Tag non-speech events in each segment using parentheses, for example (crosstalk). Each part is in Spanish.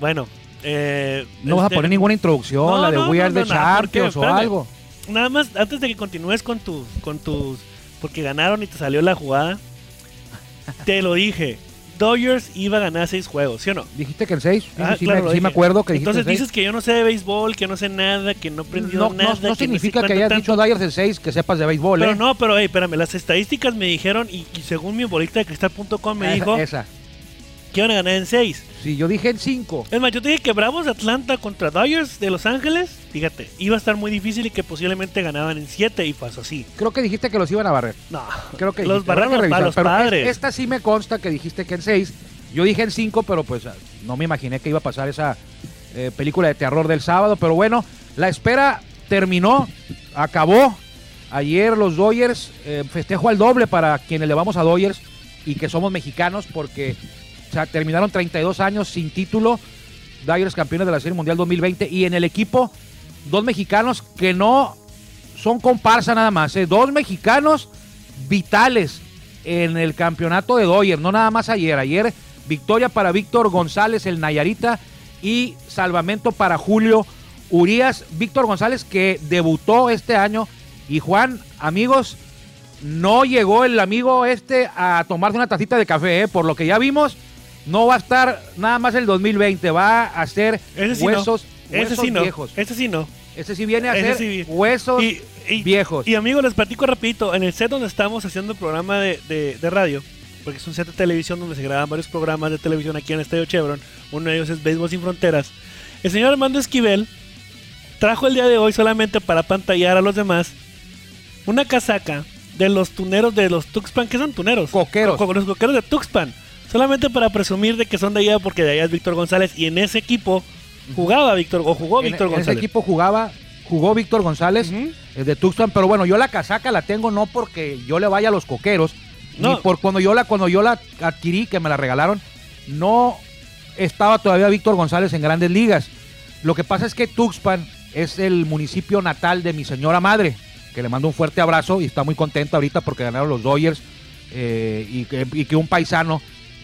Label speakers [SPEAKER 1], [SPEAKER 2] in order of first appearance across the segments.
[SPEAKER 1] Bueno, eh,
[SPEAKER 2] No vas a
[SPEAKER 1] este,
[SPEAKER 2] poner ninguna introducción,
[SPEAKER 1] No,
[SPEAKER 2] la de
[SPEAKER 1] no,
[SPEAKER 2] We
[SPEAKER 1] no,
[SPEAKER 2] Are
[SPEAKER 1] no,
[SPEAKER 2] the
[SPEAKER 1] nada, porque,
[SPEAKER 2] Champions o
[SPEAKER 1] espérame.
[SPEAKER 2] algo.
[SPEAKER 1] Nada más, antes de que continúes con tus, con tus, porque ganaron y te salió la
[SPEAKER 2] (laughs)
[SPEAKER 1] jugada, te lo dije, Dodgers iba a ganar seis juegos, ¿sí o no?
[SPEAKER 2] Dijiste que el 6. Sí,
[SPEAKER 1] Ah,
[SPEAKER 2] sí,
[SPEAKER 1] claro,
[SPEAKER 2] me,
[SPEAKER 1] lo
[SPEAKER 2] sí me
[SPEAKER 1] dije.
[SPEAKER 2] acuerdo que dijiste
[SPEAKER 1] Entonces
[SPEAKER 2] el seis.
[SPEAKER 1] dices que yo no sé de béisbol, que no sé nada, que no aprendí
[SPEAKER 2] no, no-
[SPEAKER 1] nada.
[SPEAKER 2] no
[SPEAKER 1] que sé
[SPEAKER 2] significa que
[SPEAKER 1] cuánto
[SPEAKER 2] hayas
[SPEAKER 1] tanto.
[SPEAKER 2] dicho Dyer del 6 que sepas de béisbol,
[SPEAKER 1] Pero
[SPEAKER 2] ¿eh?
[SPEAKER 1] no, pero hey, espérame, las estadísticas me dijeron y, y según mi bolita de cristal.com me
[SPEAKER 2] Esa-
[SPEAKER 1] dijo
[SPEAKER 2] Esa.
[SPEAKER 1] que iban a ganar en seis.
[SPEAKER 2] Sí, yo dije en 5.
[SPEAKER 1] Es más, yo te dije que Bravos de Atlanta contra Dodgers de Los Ángeles, fíjate, iba a estar muy difícil y que posiblemente ganaban en siete y pasó así.
[SPEAKER 2] Creo que dijiste que los iban a barrer.
[SPEAKER 1] No,
[SPEAKER 2] Creo que
[SPEAKER 1] los
[SPEAKER 2] dijiste, ahora
[SPEAKER 1] barraron
[SPEAKER 2] voy a
[SPEAKER 1] a
[SPEAKER 2] revisar,
[SPEAKER 1] los
[SPEAKER 2] pero es- este,
[SPEAKER 1] padres.
[SPEAKER 2] esta sí me consta que dijiste que en 6. Yo dije en 5, pero pues ah, no me imaginé que iba a pasar esa eh, película de terror del sábado. Pero bueno, la espera terminó, acabó. Ayer los Dodgers, eh, festejo al doble para quienes le vamos a Dodgers y que somos mexicanos porque o sea, terminaron 32 años sin título. Dodgers campeones de la Serie Mundial 2020 y en el equipo dos mexicanos que no son comparsa nada más, ¿eh? dos mexicanos vitales en el campeonato de Doyer, no nada más ayer, ayer victoria para Víctor González, el Nayarita, y salvamento para Julio Urias, Víctor González que debutó este año, y Juan, amigos, no llegó el amigo este a tomarse una tacita de café, ¿eh? por lo que ya vimos, no va a estar nada más el 2020, va a ser
[SPEAKER 1] Ese sí no.
[SPEAKER 2] huesos,
[SPEAKER 1] Ese
[SPEAKER 2] huesos
[SPEAKER 1] sí no,
[SPEAKER 2] viejos.
[SPEAKER 1] ese sí no.
[SPEAKER 2] Ese sí viene a
[SPEAKER 1] Ese
[SPEAKER 2] ser
[SPEAKER 1] sí.
[SPEAKER 2] huesos
[SPEAKER 1] Y- y-
[SPEAKER 2] viejos.
[SPEAKER 1] Y amigos, les platico rapidito, en el set donde estamos haciendo el programa de, de- de radio, porque es un set de televisión donde se graban varios programas de televisión aquí en el Estadio Chevron, uno de ellos es Béisbol Sin Fronteras, el señor Armando Esquivel trajo el día de hoy solamente para pantallar a los demás una casaca de los tuneros de los Tuxpan, que son tuneros.
[SPEAKER 2] Coqueros.
[SPEAKER 1] Co- co- los coqueros de Tuxpan. Solamente para presumir de que son de allá, porque de allá es Víctor González. Y en ese equipo jugaba Víctor, o jugó
[SPEAKER 2] En-
[SPEAKER 1] Víctor
[SPEAKER 2] en, ese
[SPEAKER 1] González.
[SPEAKER 2] equipo jugaba, jugó Víctor González
[SPEAKER 1] Ujú.
[SPEAKER 2] el de Tuxpan, pero bueno, yo la casaca la tengo no porque yo le vaya a los coqueros, ni
[SPEAKER 1] No.
[SPEAKER 2] por cuando yo la cuando yo la adquirí que me la regalaron, no estaba todavía Víctor González en Grandes Ligas. Lo que pasa es que Tuxpan es el municipio natal de mi señora madre, que le mando un fuerte abrazo y está muy contenta ahorita porque ganaron los Dodgers eh, y, que, y que un paisano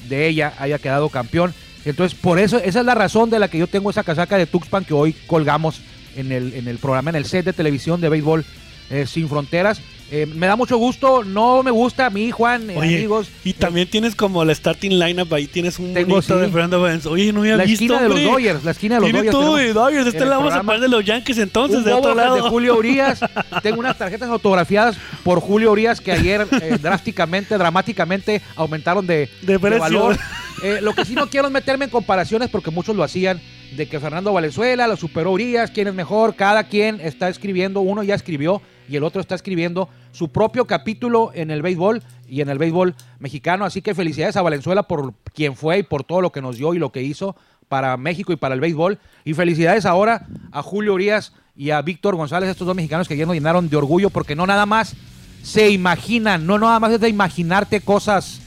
[SPEAKER 2] de ella haya quedado campeón. Entonces, por eso, esa es la razón de la que yo tengo esa casaca de Tuxpan que hoy colgamos en el, en el programa, en el set de televisión de béisbol eh, sin fronteras. Eh, me da mucho gusto, no me gusta a mí, Juan, eh,
[SPEAKER 1] Oye,
[SPEAKER 2] amigos.
[SPEAKER 1] Y también tienes como la starting lineup ahí, tienes un
[SPEAKER 2] Tengo,
[SPEAKER 1] bonito
[SPEAKER 2] sí.
[SPEAKER 1] de Fernando Valenz. Oye, no había
[SPEAKER 2] La
[SPEAKER 1] visto,
[SPEAKER 2] esquina de los
[SPEAKER 1] hombre.
[SPEAKER 2] Dodgers, la esquina de los
[SPEAKER 1] Tiene
[SPEAKER 2] Dodgers.
[SPEAKER 1] todo de
[SPEAKER 2] tenemos
[SPEAKER 1] Dodgers,
[SPEAKER 2] en
[SPEAKER 1] este
[SPEAKER 2] el
[SPEAKER 1] la vamos a
[SPEAKER 2] programa.
[SPEAKER 1] parar de los Yankees entonces,
[SPEAKER 2] un
[SPEAKER 1] de otro
[SPEAKER 2] bobo
[SPEAKER 1] lado.
[SPEAKER 2] de Julio Urias. Tengo unas tarjetas autografiadas por Julio Urias que ayer eh, drásticamente, dramáticamente aumentaron de,
[SPEAKER 1] De precio.
[SPEAKER 2] valor. Eh, lo que sí no quiero es meterme en comparaciones porque muchos lo hacían de que Fernando Valenzuela lo superó Urias, quién es mejor, cada quien está escribiendo, uno ya escribió y el otro está escribiendo su propio capítulo en el béisbol y en el béisbol mexicano, así que felicidades a Valenzuela por quien fue y por todo lo que nos dio y lo que hizo para México y para el béisbol y felicidades ahora a Julio Urias y a Víctor González, estos dos mexicanos que ayer nos llenaron de orgullo porque no nada más se imaginan, no nada más es de imaginarte cosas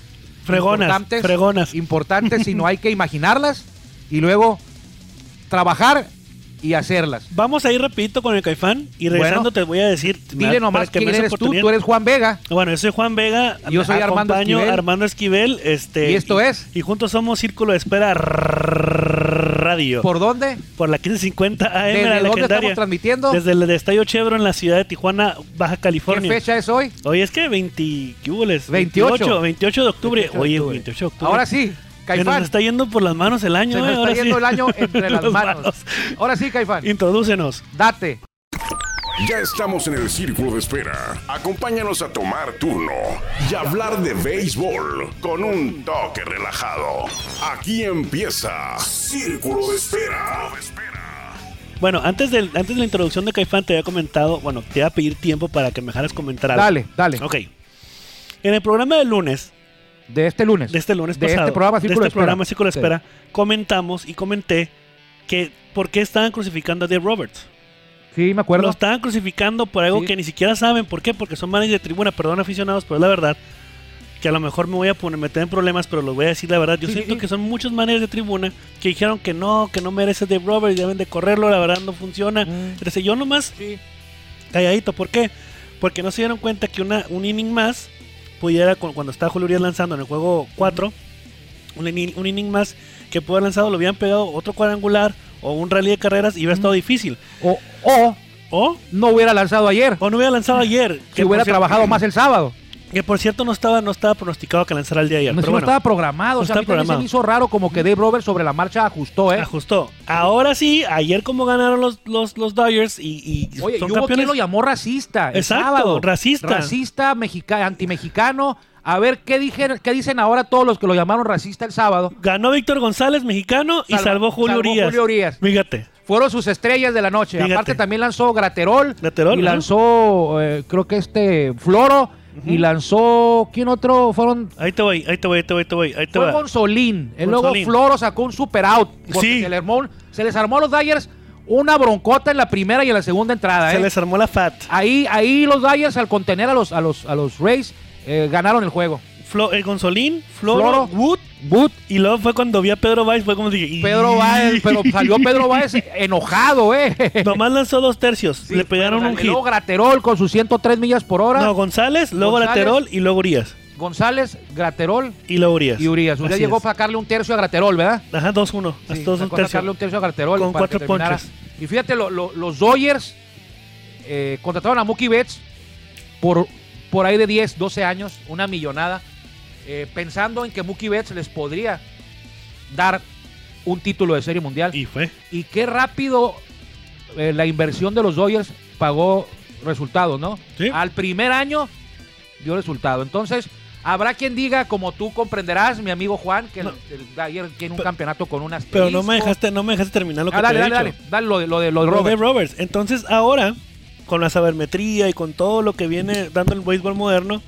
[SPEAKER 1] Fregonas,
[SPEAKER 2] importantes,
[SPEAKER 1] fregonas.
[SPEAKER 2] importantes, sino hay que imaginarlas y luego trabajar y hacerlas.
[SPEAKER 1] Vamos a ir rapidito con el Caifán y regresando
[SPEAKER 2] Bueno,
[SPEAKER 1] te voy a decir.
[SPEAKER 2] Dile
[SPEAKER 1] para
[SPEAKER 2] nomás
[SPEAKER 1] que me
[SPEAKER 2] quién
[SPEAKER 1] des
[SPEAKER 2] eres tú,
[SPEAKER 1] oportunidad.
[SPEAKER 2] tú eres Juan Vega.
[SPEAKER 1] Bueno, yo soy Juan Vega.
[SPEAKER 2] Y yo soy Armando
[SPEAKER 1] acompaño
[SPEAKER 2] Esquivel.
[SPEAKER 1] a Armando Esquivel. Este,
[SPEAKER 2] Y esto es-
[SPEAKER 1] Y juntos somos Círculo de Espera Radio.
[SPEAKER 2] ¿Por dónde?
[SPEAKER 1] por la 1550 AM,
[SPEAKER 2] ¿Desde
[SPEAKER 1] la
[SPEAKER 2] dónde
[SPEAKER 1] legendaria.
[SPEAKER 2] estamos transmitiendo?
[SPEAKER 1] Desde el Estadio Chevron en la ciudad de Tijuana, Baja
[SPEAKER 2] ¿Qué
[SPEAKER 1] California.
[SPEAKER 2] fecha es hoy?
[SPEAKER 1] Hoy es que 20, ¿qué hubo les?
[SPEAKER 2] 28.
[SPEAKER 1] 28, 28 de octubre.
[SPEAKER 2] 28 de
[SPEAKER 1] Oye,
[SPEAKER 2] octubre.
[SPEAKER 1] 28 de octubre.
[SPEAKER 2] Ahora
[SPEAKER 1] Se
[SPEAKER 2] sí,
[SPEAKER 1] nos
[SPEAKER 2] Caifán.
[SPEAKER 1] está yendo por las manos el año,
[SPEAKER 2] Se nos
[SPEAKER 1] eh,
[SPEAKER 2] está
[SPEAKER 1] ahora sí.
[SPEAKER 2] yendo
[SPEAKER 1] (laughs)
[SPEAKER 2] el año entre las
[SPEAKER 1] Las
[SPEAKER 2] manos.
[SPEAKER 1] manos.
[SPEAKER 2] Ahora sí, Caifán.
[SPEAKER 1] Introdúcenos.
[SPEAKER 2] Date.
[SPEAKER 3] Ya estamos en el círculo de espera. Acompáñanos a tomar turno y hablar de béisbol con un toque relajado. Aquí empieza Círculo de Espera.
[SPEAKER 1] Bueno, antes de, antes de la introducción de Caifán te había comentado, bueno, te iba a pedir tiempo para que me dejaras comentar algo.
[SPEAKER 2] Dale, dale.
[SPEAKER 1] Ok. En el programa del lunes,
[SPEAKER 2] De este lunes.
[SPEAKER 1] de este lunes
[SPEAKER 2] De
[SPEAKER 1] pasado,
[SPEAKER 2] este programa
[SPEAKER 1] de este
[SPEAKER 2] Círculo de Espera.
[SPEAKER 1] programa Círculo de
[SPEAKER 2] Sí.
[SPEAKER 1] Espera, comentamos y comenté que por qué estaban crucificando a Dave Roberts.
[SPEAKER 2] Sí, me
[SPEAKER 1] Lo
[SPEAKER 2] acuerdo.
[SPEAKER 1] estaban crucificando por algo
[SPEAKER 2] Sí.
[SPEAKER 1] que ni siquiera saben. ¿Por qué? Porque son manes de tribuna, perdón aficionados, pero es la verdad. Que a lo mejor me voy a poner, meter en problemas, pero lo voy a decir la verdad. Yo
[SPEAKER 2] Sí,
[SPEAKER 1] siento
[SPEAKER 2] sí.
[SPEAKER 1] que son muchos manes de tribuna que dijeron que no, que no merece Dave Roberts, deben de correrlo, la verdad no funciona.
[SPEAKER 2] Mm.
[SPEAKER 1] Entonces yo nomás
[SPEAKER 2] Sí.
[SPEAKER 1] calladito. ¿Por qué? Porque no se dieron cuenta que una, un inning más pudiera, cu- cuando estaba Julio Urias lanzando en el juego 4, un, ini- un inning más que pudo haber lanzado lo habían pegado otro cuadrangular o un rally de carreras y hubiera
[SPEAKER 2] Mm.
[SPEAKER 1] estado difícil.
[SPEAKER 2] O, o
[SPEAKER 1] O,
[SPEAKER 2] no hubiera lanzado ayer.
[SPEAKER 1] o no hubiera lanzado ayer.
[SPEAKER 2] que hubiera
[SPEAKER 1] Oh, por cier-
[SPEAKER 2] trabajado más el sábado.
[SPEAKER 1] Que por cierto no estaba, no estaba pronosticado que lanzara el día de ayer.
[SPEAKER 2] No,
[SPEAKER 1] pero
[SPEAKER 2] no
[SPEAKER 1] bueno,
[SPEAKER 2] estaba
[SPEAKER 1] no
[SPEAKER 2] programado. o sea,
[SPEAKER 1] estaba
[SPEAKER 2] a mí también se
[SPEAKER 1] programado.
[SPEAKER 2] me hizo raro como que Dave Roberts sobre la marcha ajustó, ¿eh?
[SPEAKER 1] ajustó. Ahora sí, ayer como ganaron los, los, los Dodgers y, y
[SPEAKER 2] Oye, y
[SPEAKER 1] son
[SPEAKER 2] hubo quien
[SPEAKER 1] campeones.
[SPEAKER 2] lo llamó racista. el
[SPEAKER 1] Exacto,
[SPEAKER 2] sábado.
[SPEAKER 1] racista.
[SPEAKER 2] Racista, mexica, antimexicano. A ver, ¿qué, dije, ¿qué dicen ahora todos los que lo llamaron racista el sábado?
[SPEAKER 1] Ganó Víctor González, mexicano, y
[SPEAKER 2] Salvo-
[SPEAKER 1] salvó Julio
[SPEAKER 2] salvó
[SPEAKER 1] Urias.
[SPEAKER 2] Julio Urias.
[SPEAKER 1] Fíjate.
[SPEAKER 2] Fueron sus estrellas de la noche.
[SPEAKER 1] Fíjate.
[SPEAKER 2] Aparte también lanzó Graterol.
[SPEAKER 1] Graterol,
[SPEAKER 2] y
[SPEAKER 1] ajá.
[SPEAKER 2] lanzó, eh, creo que este, Floro. Y lanzó, ¿quién otro? Fueron...
[SPEAKER 1] Ahí te voy, ahí te voy, ahí te voy, ahí te voy. Ahí te
[SPEAKER 2] Fue
[SPEAKER 1] va.
[SPEAKER 2] Gonzolín. Y luego
[SPEAKER 1] Gonzolín.
[SPEAKER 2] Floro sacó un super out. Porque
[SPEAKER 1] Sí.
[SPEAKER 2] se, le armó- se les armó a los Dyers una broncota en la primera y en la segunda entrada.
[SPEAKER 1] Se
[SPEAKER 2] ¿eh?
[SPEAKER 1] les armó la fat.
[SPEAKER 2] Ahí, ahí los Dyers, al contener a los, a los, a los Rays, eh, ganaron el juego.
[SPEAKER 1] Flo- eh, Gonzolín, Floro,
[SPEAKER 2] Floro.
[SPEAKER 1] Wood.
[SPEAKER 2] Boot,
[SPEAKER 1] Y luego fue cuando vi a Pedro Valls, fue como dije... "Y".
[SPEAKER 2] Pedro Báez, pero salió Pedro Báez enojado, ¿eh?
[SPEAKER 1] Nomás lanzó dos tercios. le pegaron un
[SPEAKER 2] Y
[SPEAKER 1] hit.
[SPEAKER 2] luego Graterol con sus 103 millas por hora.
[SPEAKER 1] No, González, luego
[SPEAKER 2] González.
[SPEAKER 1] Laterol y luego Urias.
[SPEAKER 2] González, Graterol
[SPEAKER 1] Y luego Urias.
[SPEAKER 2] y Urias. Urias
[SPEAKER 1] Así
[SPEAKER 2] llegó
[SPEAKER 1] es.
[SPEAKER 2] para sacarle un tercio a Graterol, ¿verdad?
[SPEAKER 1] Ajá, 2-1.
[SPEAKER 2] Sí,
[SPEAKER 1] Hasta dos, un
[SPEAKER 2] sacó a
[SPEAKER 1] tercio.
[SPEAKER 2] sacarle un tercio a Graterol
[SPEAKER 1] Con
[SPEAKER 2] para que
[SPEAKER 1] cuatro
[SPEAKER 2] terminara.
[SPEAKER 1] ponches.
[SPEAKER 2] Y fíjate, lo- lo- los Dodgers eh, contrataron a Mookie Betts por, por ahí de 10, 12 años, una millonada, eh, pensando en que Mookie Betts les podría dar un título de Serie Mundial.
[SPEAKER 1] Y fue.
[SPEAKER 2] Y qué rápido eh, la inversión de los Dodgers pagó resultados, ¿no?
[SPEAKER 1] Sí.
[SPEAKER 2] Al primer año dio resultado. Entonces, habrá quien diga, como tú comprenderás, mi amigo Juan, que el-
[SPEAKER 1] No.
[SPEAKER 2] el, Dodger tiene un
[SPEAKER 1] Pero-
[SPEAKER 2] campeonato con unas.
[SPEAKER 1] Pero no me dejaste, no me dejaste terminar lo que
[SPEAKER 2] Ah, dale,
[SPEAKER 1] te he
[SPEAKER 2] dale, dale,
[SPEAKER 1] dicho.
[SPEAKER 2] dale lo de, lo de los
[SPEAKER 1] Lo de
[SPEAKER 2] Roberts.
[SPEAKER 1] Roberts. Entonces, ahora, con la sabermetría y con todo lo que viene dando el béisbol moderno,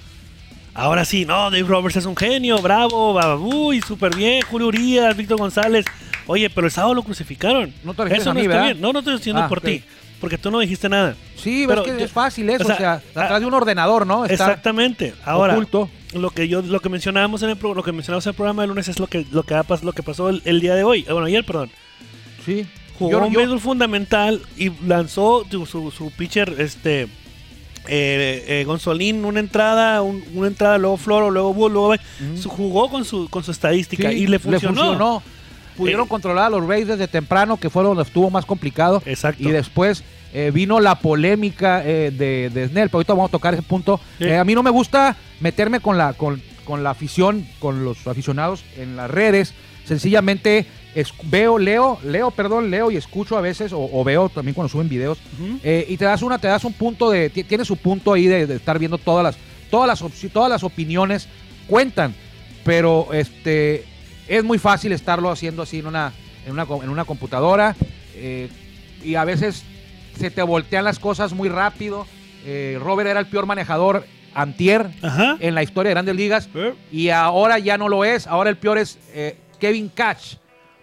[SPEAKER 1] ahora sí, no, Dave Roberts es un genio, bravo, bababú, y súper bien, Julio Urias, Víctor González. Oye, pero el sábado lo crucificaron.
[SPEAKER 2] No te refieres
[SPEAKER 1] Eso
[SPEAKER 2] a
[SPEAKER 1] no
[SPEAKER 2] mí,
[SPEAKER 1] está
[SPEAKER 2] ¿verdad?
[SPEAKER 1] bien. No, no estoy diciendo
[SPEAKER 2] Ah,
[SPEAKER 1] por
[SPEAKER 2] ok.
[SPEAKER 1] ti, porque tú no dijiste nada.
[SPEAKER 2] Sí,
[SPEAKER 1] Pero
[SPEAKER 2] es que
[SPEAKER 1] yo-
[SPEAKER 2] es fácil eso,
[SPEAKER 1] o
[SPEAKER 2] o
[SPEAKER 1] sea,
[SPEAKER 2] sea,
[SPEAKER 1] ah,
[SPEAKER 2] atrás de un ordenador, ¿no? Está
[SPEAKER 1] Exactamente. Ahora,
[SPEAKER 2] oculto.
[SPEAKER 1] lo que yo lo que mencionábamos en el pro- lo que mencionábamos en el programa de lunes es lo que lo que, ha pas- lo que pasó el, el día de hoy, eh, bueno, ayer, perdón.
[SPEAKER 2] Sí.
[SPEAKER 1] Jugó
[SPEAKER 2] Yo-
[SPEAKER 1] un
[SPEAKER 2] yo-
[SPEAKER 1] béisbol fundamental y lanzó su, su, su pitcher este eh, eh, Gonzolín una entrada, un- una entrada, luego Floro, luego Bull, luego su- jugó con su con su estadística
[SPEAKER 2] sí,
[SPEAKER 1] y le funcionó.
[SPEAKER 2] Pudieron
[SPEAKER 1] Eh,
[SPEAKER 2] controlar a los Rays desde temprano, que fueron donde estuvo más complicado.
[SPEAKER 1] Exacto.
[SPEAKER 2] Y después eh, vino la polémica eh, de, de Snell, pero ahorita vamos a tocar ese punto.
[SPEAKER 1] Sí.
[SPEAKER 2] Eh, a mí no me gusta meterme con la, con, con la afición, con los aficionados en las redes. Sencillamente es- veo, leo, leo, perdón, leo y escucho a veces, o, o veo también cuando suben videos,
[SPEAKER 1] Ujú.
[SPEAKER 2] eh, y te das una, te das un punto de, ti- tiene su punto ahí de, de estar viendo todas las, todas las, opci- todas las opiniones cuentan, pero este, es muy fácil estarlo haciendo así en una, en una, co- en una computadora eh, y a veces se te voltean las cosas muy rápido. Eh, Robert era el peor manejador antier
[SPEAKER 1] Ajá.
[SPEAKER 2] en la historia de Grandes Ligas
[SPEAKER 1] Eh,
[SPEAKER 2] y ahora ya no lo es. Ahora el peor es eh, Kevin Cash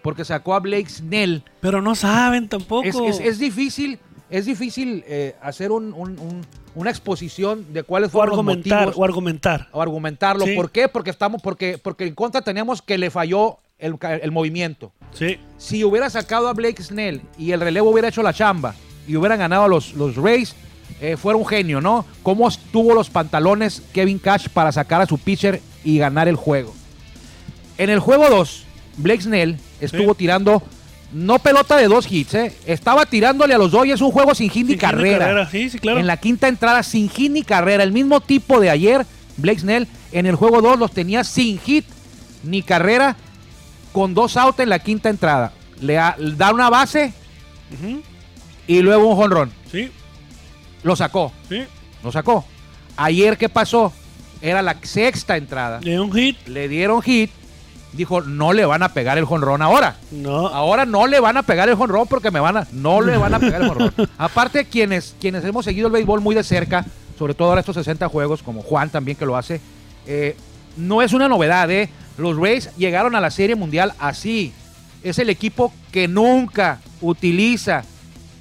[SPEAKER 2] porque sacó a Blake Snell.
[SPEAKER 1] Pero no saben tampoco.
[SPEAKER 2] Es, es- es difícil, es difícil eh, hacer un- un- un- una exposición de cuáles
[SPEAKER 1] o
[SPEAKER 2] fueron los
[SPEAKER 1] argumentar,
[SPEAKER 2] motivos
[SPEAKER 1] o argumentar.
[SPEAKER 2] o argumentarlo.
[SPEAKER 1] Sí.
[SPEAKER 2] ¿Por qué? Porque estamos, porque, porque en contra teníamos que le falló el, ca- el movimiento.
[SPEAKER 1] Sí.
[SPEAKER 2] Si hubiera sacado a Blake Snell y el relevo hubiera hecho la chamba y hubieran ganado los, los Rays, eh, fuera un genio, ¿no? ¿Cómo estuvo los pantalones Kevin Cash para sacar a su pitcher y ganar el juego? En el juego 2, Blake Snell estuvo
[SPEAKER 1] Sí.
[SPEAKER 2] tirando, no pelota de dos hits, ¿eh? estaba tirándole a los Dodgers un juego sin hit
[SPEAKER 1] Sin
[SPEAKER 2] ni
[SPEAKER 1] hit ni
[SPEAKER 2] carrera.
[SPEAKER 1] Sí, sí, claro.
[SPEAKER 2] En la quinta entrada, sin hit ni carrera. El mismo tipo de ayer, Blake Snell, en el juego 2 los tenía sin hit ni carrera, con dos out en la quinta entrada. Le a- le da una base
[SPEAKER 1] Ujú.
[SPEAKER 2] y luego un jonrón.
[SPEAKER 1] Sí,
[SPEAKER 2] Lo sacó,
[SPEAKER 1] sí.
[SPEAKER 2] lo sacó. Ayer, ¿qué pasó? Era la sexta entrada.
[SPEAKER 1] Le dio un hit.
[SPEAKER 2] Le dieron hit. Dijo, no le van a pegar el jonrón ahora.
[SPEAKER 1] No.
[SPEAKER 2] Ahora no le van a pegar el jonrón porque me van a. No le van a pegar el jonrón. Aparte, quienes, quienes hemos seguido el béisbol muy de cerca, sobre todo ahora estos 60 juegos, como Juan también que lo hace, eh, no es una novedad, ¿eh? Los Rays llegaron a la Serie Mundial así. Es el equipo que nunca utiliza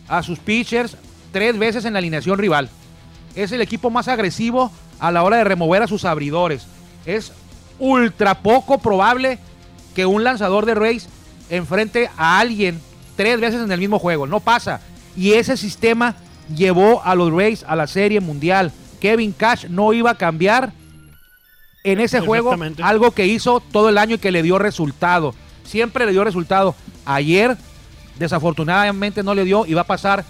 [SPEAKER 2] a sus pitchers tres veces en la alineación rival. Es el equipo más agresivo a la hora de remover a sus abridores. Es ultra poco probable que un lanzador de Rays enfrente a alguien tres veces en el mismo juego. No pasa. Y ese sistema llevó a los Rays a la Serie Mundial. Kevin Cash no iba a cambiar en ese juego
[SPEAKER 1] Exactamente.
[SPEAKER 2] algo que hizo todo el año y que le dio resultado. siempre le dio resultado. Ayer, desafortunadamente, no le dio y va a pasar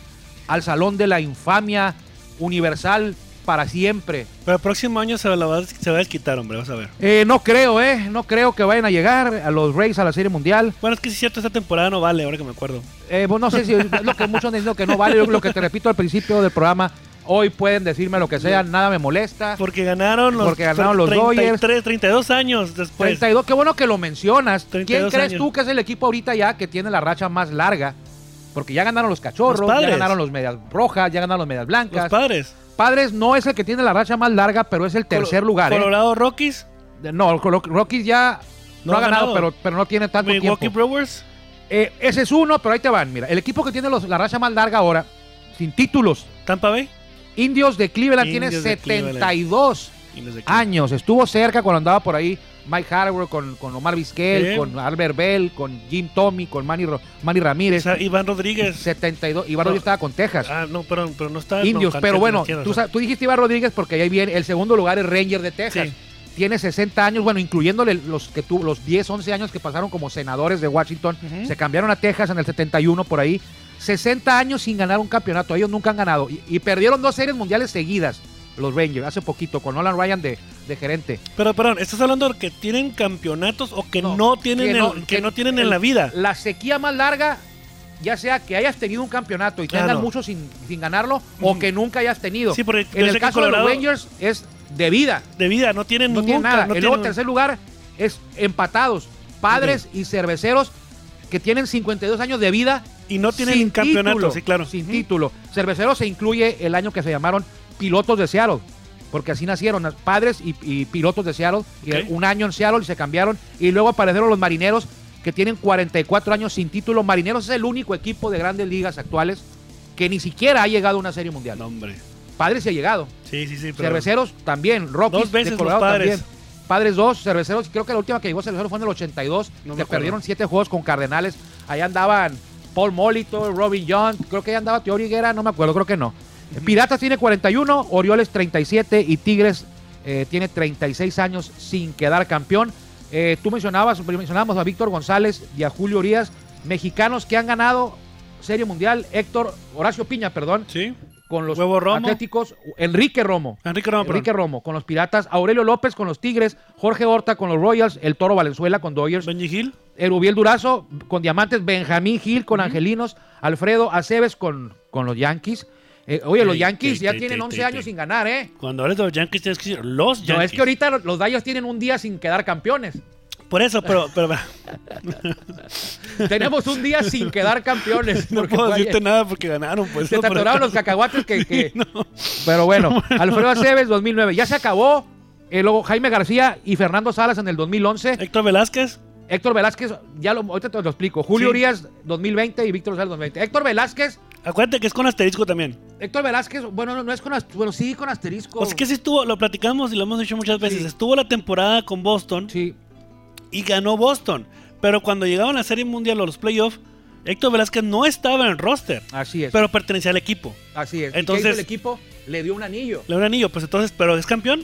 [SPEAKER 2] al Salón de la Infamia Universal para siempre.
[SPEAKER 1] Pero el próximo año se, la va, se va a desquitar, hombre, vas a ver.
[SPEAKER 2] Eh, no creo, ¿eh? No creo que vayan a llegar a los Rays a la Serie Mundial.
[SPEAKER 1] Bueno, es que si es cierto, esta temporada no vale, ahora que me acuerdo.
[SPEAKER 2] Eh, bueno, no sé si es lo que muchos han dicho que no vale, lo que te repito al principio del programa. Hoy pueden decirme lo que sea, nada me molesta.
[SPEAKER 1] Porque ganaron los,
[SPEAKER 2] Porque ganaron los Dodgers.
[SPEAKER 1] 33, 32 años después.
[SPEAKER 2] 32, qué bueno que lo mencionas. ¿Quién
[SPEAKER 1] 32
[SPEAKER 2] crees
[SPEAKER 1] años.
[SPEAKER 2] tú que es el equipo ahorita ya que tiene la racha más larga? Porque ya ganaron los cachorros,
[SPEAKER 1] Los
[SPEAKER 2] ya
[SPEAKER 1] Padres.
[SPEAKER 2] ganaron los medias rojas, ya ganaron los medias blancas.
[SPEAKER 1] Los padres.
[SPEAKER 2] Padres no es el que tiene la racha más larga, pero es el tercer
[SPEAKER 1] Colo-
[SPEAKER 2] lugar. ¿eh?
[SPEAKER 1] Colorado Rockies,
[SPEAKER 2] No, el Colo- Rockies ya no, ha ganado, Pero, pero no tiene tanto
[SPEAKER 1] Milwaukee
[SPEAKER 2] tiempo.
[SPEAKER 1] Brewers.
[SPEAKER 2] Eh, ese es uno, pero ahí te van. Mira, el equipo que tiene los- la racha más larga ahora, sin títulos,
[SPEAKER 1] Tampa Bay.
[SPEAKER 2] Indios de Cleveland,
[SPEAKER 1] Indios
[SPEAKER 2] tiene
[SPEAKER 1] de Cleveland.
[SPEAKER 2] 72
[SPEAKER 1] Y los de aquí.
[SPEAKER 2] años. Estuvo cerca cuando andaba por ahí Mike Harbour con, con Omar Vizquel,
[SPEAKER 1] Sí.
[SPEAKER 2] con Albert Bell, con Jim Tommy, con Manny, Ro- Manny
[SPEAKER 1] O
[SPEAKER 2] Ramírez.
[SPEAKER 1] sea, Iván Rodríguez.
[SPEAKER 2] 72. Iván Rodríguez estaba con Texas.
[SPEAKER 1] Ah, no, perdón, pero no está.
[SPEAKER 2] Indios,
[SPEAKER 1] no,
[SPEAKER 2] pero
[SPEAKER 1] Kansas,
[SPEAKER 2] bueno,
[SPEAKER 1] tienes
[SPEAKER 2] tú,
[SPEAKER 1] razón.
[SPEAKER 2] sa- tú dijiste Iván Rodríguez porque ahí viene el segundo lugar es Ranger de Texas.
[SPEAKER 1] Sí.
[SPEAKER 2] Tiene 60 años, bueno, incluyéndole los que tuvo los 10, 11 años que pasaron como senadores de Washington,
[SPEAKER 1] Ujú.
[SPEAKER 2] se cambiaron a Texas en el 71 por ahí. 60 años sin ganar un campeonato, ellos nunca han ganado y, y perdieron dos series mundiales seguidas los Rangers hace poquito con Nolan Ryan de, de gerente.
[SPEAKER 1] Pero perdón, estás hablando de que tienen campeonatos o que
[SPEAKER 2] No,
[SPEAKER 1] no, tienen
[SPEAKER 2] que
[SPEAKER 1] el-
[SPEAKER 2] no-
[SPEAKER 1] que,
[SPEAKER 2] que
[SPEAKER 1] no tienen
[SPEAKER 2] el-
[SPEAKER 1] en la vida.
[SPEAKER 2] La sequía más larga, ya sea que hayas tenido un campeonato y tengas
[SPEAKER 1] Claro.
[SPEAKER 2] mucho sin, sin ganarlo o
[SPEAKER 1] Ujú.
[SPEAKER 2] que nunca hayas tenido.
[SPEAKER 1] Sí, porque yo
[SPEAKER 2] en
[SPEAKER 1] sé
[SPEAKER 2] el
[SPEAKER 1] que
[SPEAKER 2] caso de
[SPEAKER 1] Colorado-
[SPEAKER 2] los Rangers es de vida.
[SPEAKER 1] De vida, no tienen
[SPEAKER 2] no
[SPEAKER 1] nunca,
[SPEAKER 2] tiene nada.
[SPEAKER 1] no
[SPEAKER 2] el luego
[SPEAKER 1] tienen-
[SPEAKER 2] tercer lugar es empatados, padres y cerveceros que tienen 52 años de vida
[SPEAKER 1] y no tienen
[SPEAKER 2] sin
[SPEAKER 1] campeonato,
[SPEAKER 2] título,
[SPEAKER 1] sí, claro.
[SPEAKER 2] Sin
[SPEAKER 1] Ujú.
[SPEAKER 2] título. Cerveceros se incluye el año que se llamaron pilotos de Seattle, porque así nacieron las padres y, y pilotos de Seattle. y
[SPEAKER 1] Ok.
[SPEAKER 2] un año en Seattle y se cambiaron y luego aparecieron los marineros que tienen 44 años sin título. Marineros es el único equipo de grandes ligas actuales que ni siquiera ha llegado a una serie mundial.
[SPEAKER 1] No, hombre.
[SPEAKER 2] Padres se ha llegado.
[SPEAKER 1] Sí, sí, sí. Pero,
[SPEAKER 2] Cerveceros también, Rockies
[SPEAKER 1] Dos veces
[SPEAKER 2] de
[SPEAKER 1] los
[SPEAKER 2] Colorado
[SPEAKER 1] Padres.
[SPEAKER 2] también. Padres dos, Cerveceros, creo que la última que llegó Cerveceros fue en el 82,
[SPEAKER 1] No me
[SPEAKER 2] que
[SPEAKER 1] acuerdo.
[SPEAKER 2] perdieron siete juegos con Cardenales. Ahí andaban Paul Molitor, Robin Young, creo que ahí andaba Teo Higuera, no me acuerdo, creo que no. Piratas tiene 41, Orioles 37 y Tigres eh, tiene 36 años sin quedar campeón. Eh, tú mencionabas, mencionábamos a Víctor González y a Julio Urias, mexicanos que han ganado Serie Mundial, Héctor, Horacio Piña, perdón,
[SPEAKER 1] Sí.
[SPEAKER 2] con los
[SPEAKER 1] Huevo Romo.
[SPEAKER 2] Atléticos, Enrique Romo.
[SPEAKER 1] Enrique Roma,
[SPEAKER 2] Enrique Romo con los Piratas, Aurelio López con los Tigres, Jorge Horta con los Royals, el Toro Valenzuela con Dodgers,
[SPEAKER 1] Benji Hill.
[SPEAKER 2] Erubiel Durazo con Diamantes, Benjamín Gil con Angelinos, Alfredo Aceves con, con los Yankees. Eh, oye, los
[SPEAKER 1] Ey,
[SPEAKER 2] Yankees
[SPEAKER 1] ey,
[SPEAKER 2] ya
[SPEAKER 1] ey,
[SPEAKER 2] tienen
[SPEAKER 1] ey,
[SPEAKER 2] 11
[SPEAKER 1] ey,
[SPEAKER 2] años
[SPEAKER 1] ey.
[SPEAKER 2] sin ganar, ¿eh?
[SPEAKER 1] Cuando hables de los Yankees tienes que decir los Yankees.
[SPEAKER 2] No, es que ahorita los- los Dodgers tienen un día sin quedar
[SPEAKER 1] (laughs)
[SPEAKER 2] campeones.
[SPEAKER 1] Por eso, pero,
[SPEAKER 2] (laughs)
[SPEAKER 1] pero
[SPEAKER 2] Tenemos un día sin quedar
[SPEAKER 1] (laughs)
[SPEAKER 2] campeones.
[SPEAKER 1] no
[SPEAKER 2] porque
[SPEAKER 1] puedo
[SPEAKER 2] fue ayer.
[SPEAKER 1] decirte nada porque ganaron. Pues,
[SPEAKER 2] Se
[SPEAKER 1] no,
[SPEAKER 2] te
[SPEAKER 1] pero-
[SPEAKER 2] atoraron los cacahuates que... que- Pero bueno, Alfredo Aceves 2009. Ya se acabó. Eh, luego Jaime García y Fernando Salas en el 2011.
[SPEAKER 1] (laughs) Héctor Velázquez.
[SPEAKER 2] Héctor Velázquez, ya lo, ahorita te lo explico. Julio
[SPEAKER 1] Sí.
[SPEAKER 2] Urias, 2020 y Víctor González, 2020. Héctor Velázquez,
[SPEAKER 1] Acuérdate que es con asterisco también.
[SPEAKER 2] Héctor Velázquez, bueno, no, no es con asterisco, bueno, sí, con asterisco.
[SPEAKER 1] O sea Pues que sí estuvo, lo platicamos y lo hemos dicho muchas veces.
[SPEAKER 2] Sí.
[SPEAKER 1] Estuvo la temporada con Boston
[SPEAKER 2] Sí,
[SPEAKER 1] y ganó Boston. Pero cuando llegaban a la Serie Mundial o los playoffs, Héctor Velázquez no estaba en el roster,
[SPEAKER 2] así es.
[SPEAKER 1] pero pertenecía al equipo.
[SPEAKER 2] así es. ¿Y qué
[SPEAKER 1] entonces-
[SPEAKER 2] hizo el equipo le dio un anillo.
[SPEAKER 1] Le dio un anillo, pues entonces, ¿pero es campeón?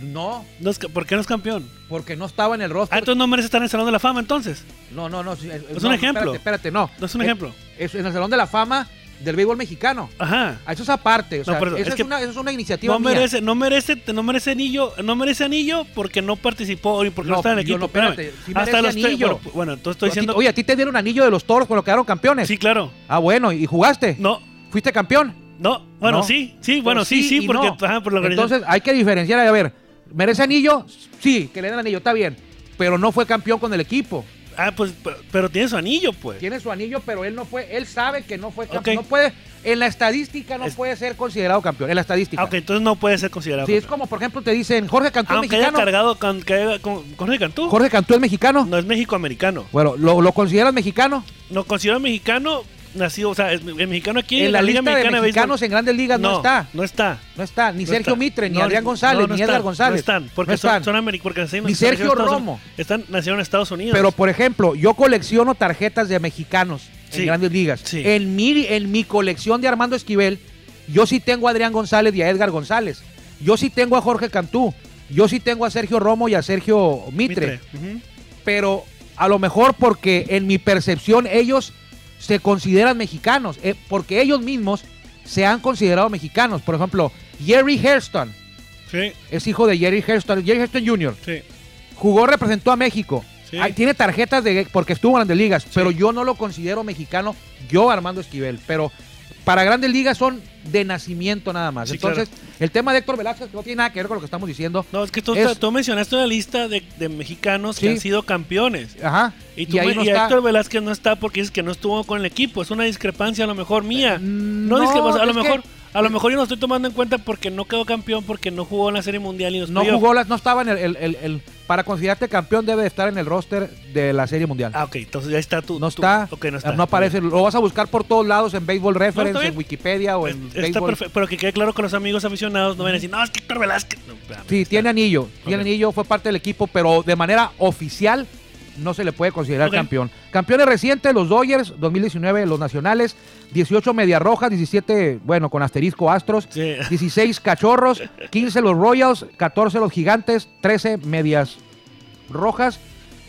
[SPEAKER 2] No,
[SPEAKER 1] No es ca- ¿Por qué no es campeón?
[SPEAKER 2] porque no estaba en el
[SPEAKER 1] Ah,
[SPEAKER 2] roster.
[SPEAKER 1] entonces no merece estar en el Salón de la Fama, entonces.
[SPEAKER 2] no, no, no. sí, Es,
[SPEAKER 1] un
[SPEAKER 2] no,
[SPEAKER 1] ejemplo.
[SPEAKER 2] Espérate, espérate, no.
[SPEAKER 1] No es un
[SPEAKER 2] Eh,
[SPEAKER 1] ejemplo.
[SPEAKER 2] Es, en el Salón de la Fama del béisbol mexicano.
[SPEAKER 1] Ajá.
[SPEAKER 2] Ah, Eso es aparte. O
[SPEAKER 1] No,
[SPEAKER 2] sea,
[SPEAKER 1] pero
[SPEAKER 2] esa
[SPEAKER 1] es
[SPEAKER 2] es,
[SPEAKER 1] que
[SPEAKER 2] una, esa es una iniciativa
[SPEAKER 1] No
[SPEAKER 2] mía.
[SPEAKER 1] merece, no merece, no merece anillo, no merece anillo porque no participó y porque no,
[SPEAKER 2] No,
[SPEAKER 1] está en el
[SPEAKER 2] yo
[SPEAKER 1] equipo.
[SPEAKER 2] no, espérate,
[SPEAKER 1] espérame.
[SPEAKER 2] sí merece
[SPEAKER 1] tres-
[SPEAKER 2] anillo.
[SPEAKER 1] bueno, bueno, entonces estoy
[SPEAKER 2] A ti-
[SPEAKER 1] diciendo.
[SPEAKER 2] Oye, a ti te dieron anillo de los toros cuando quedaron campeones.
[SPEAKER 1] sí, claro.
[SPEAKER 2] Ah, bueno, ¿y jugaste?
[SPEAKER 1] No,
[SPEAKER 2] ¿Fuiste campeón?
[SPEAKER 1] no, bueno,
[SPEAKER 2] No.
[SPEAKER 1] sí, sí, bueno,
[SPEAKER 2] Pero
[SPEAKER 1] sí, sí,
[SPEAKER 2] y
[SPEAKER 1] porque
[SPEAKER 2] no.
[SPEAKER 1] ajá, por la organización.
[SPEAKER 2] Entonces hay que diferenciar, a ver, ¿merece anillo? Sí, que le den anillo, está bien, pero no fue campeón con el equipo.
[SPEAKER 1] Ah, pues, pero, pero tiene su anillo, pues.
[SPEAKER 2] Tiene su anillo, pero él no fue, él sabe que no fue campeón.
[SPEAKER 1] Ok.
[SPEAKER 2] No puede, en la estadística no
[SPEAKER 1] Es-
[SPEAKER 2] puede ser considerado campeón, en la estadística.
[SPEAKER 1] Ah, ok, entonces no puede ser considerado.
[SPEAKER 2] Sí, es
[SPEAKER 1] campeón.
[SPEAKER 2] como, por ejemplo, te dicen, Jorge Cantú es
[SPEAKER 1] Aunque haya
[SPEAKER 2] mexicano.
[SPEAKER 1] cargado con, que haya- con, con el Cantú,
[SPEAKER 2] Jorge Cantú es mexicano.
[SPEAKER 1] no es México-americano.
[SPEAKER 2] Bueno, ¿lo, lo consideras mexicano?
[SPEAKER 1] No considero mexicano nacido, o sea, es- el mexicano aquí
[SPEAKER 2] en la,
[SPEAKER 1] Liga
[SPEAKER 2] lista
[SPEAKER 1] Mexicana
[SPEAKER 2] de
[SPEAKER 1] Béisbol-
[SPEAKER 2] mexicanos en grandes ligas no, está.
[SPEAKER 1] No está.
[SPEAKER 2] No está, ni
[SPEAKER 1] no
[SPEAKER 2] Sergio
[SPEAKER 1] está.
[SPEAKER 2] Mitre, ni
[SPEAKER 1] No,
[SPEAKER 2] Adrián
[SPEAKER 1] no,
[SPEAKER 2] González,
[SPEAKER 1] no
[SPEAKER 2] ni
[SPEAKER 1] están,
[SPEAKER 2] Edgar González.
[SPEAKER 1] No están, porque
[SPEAKER 2] No están.
[SPEAKER 1] son, americanos. Porque así
[SPEAKER 2] Ni
[SPEAKER 1] nacieron
[SPEAKER 2] Sergio
[SPEAKER 1] en Estados
[SPEAKER 2] Romo.
[SPEAKER 1] Unidos. Están, nacieron en Estados Unidos.
[SPEAKER 2] Pero por ejemplo, yo colecciono tarjetas de mexicanos en
[SPEAKER 1] Sí.
[SPEAKER 2] grandes ligas.
[SPEAKER 1] Sí.
[SPEAKER 2] En, mi, en mi colección de Armando Esquivel, yo sí tengo a Adrián González y a Edgar González. Yo sí tengo a Jorge Cantú. Yo sí tengo a Sergio Romo y a Sergio Mitre.
[SPEAKER 1] Mitre. Ujú.
[SPEAKER 2] Pero a lo mejor porque en mi percepción ellos se consideran mexicanos, eh, porque ellos mismos se han considerado mexicanos. Por ejemplo, Jerry Hairston
[SPEAKER 1] Sí,
[SPEAKER 2] es hijo de Jerry Hairston, Jerry Hairston Jr.
[SPEAKER 1] sí.
[SPEAKER 2] Jugó, representó a México.
[SPEAKER 1] Sí.
[SPEAKER 2] Ay, tiene tarjetas de porque estuvo en Grandes Ligas, pero yo no lo considero mexicano, yo Armando Esquivel, pero para Grandes Ligas son de nacimiento nada más.
[SPEAKER 1] Sí,
[SPEAKER 2] Entonces, el tema de Héctor Velázquez que no tiene nada que ver con lo que estamos diciendo.
[SPEAKER 1] No, es que tú,
[SPEAKER 2] Es-
[SPEAKER 1] tú mencionaste una lista de, de mexicanos
[SPEAKER 2] Sí.
[SPEAKER 1] que han sido campeones.
[SPEAKER 2] Ajá.
[SPEAKER 1] Y, tú me-
[SPEAKER 2] no
[SPEAKER 1] y
[SPEAKER 2] está-
[SPEAKER 1] Héctor Velázquez no está porque dices que no estuvo con el equipo. Es una discrepancia a lo mejor mía. No,
[SPEAKER 2] no,
[SPEAKER 1] discrepancia, a lo
[SPEAKER 2] es que-
[SPEAKER 1] mejor, a lo mejor yo no estoy tomando en cuenta porque no quedó campeón, porque no jugó en la serie mundial y los
[SPEAKER 2] No
[SPEAKER 1] playoffs.
[SPEAKER 2] jugó las, no estaba en el, el- el- el- para considerarte campeón debe de estar en el roster de la Serie Mundial.
[SPEAKER 1] Ah, ok, entonces ya está tú.
[SPEAKER 2] no,
[SPEAKER 1] tú-
[SPEAKER 2] está,
[SPEAKER 1] ok, no está.
[SPEAKER 2] no aparece, lo vas a buscar por todos lados en Baseball Reference,
[SPEAKER 1] bien.
[SPEAKER 2] en Wikipedia o
[SPEAKER 1] Pues,
[SPEAKER 2] en
[SPEAKER 1] está
[SPEAKER 2] Baseball.
[SPEAKER 1] perfecto, pero que quede claro que los amigos aficionados no van a decir, no, es que Héctor Velázquez. No, espérame,
[SPEAKER 2] Sí,
[SPEAKER 1] está-
[SPEAKER 2] tiene anillo, tiene
[SPEAKER 1] Ok.
[SPEAKER 2] anillo, fue parte del equipo, pero de manera oficial no se le puede considerar
[SPEAKER 1] Ok.
[SPEAKER 2] campeón. Campeones recientes, los Dodgers, 2019 los Nacionales, 18 Medias Rojas, 17, bueno, con asterisco Astros,
[SPEAKER 1] Sí.
[SPEAKER 2] 16 Cachorros, 15 los Royals, 14 los Gigantes, 13 Medias Rojas.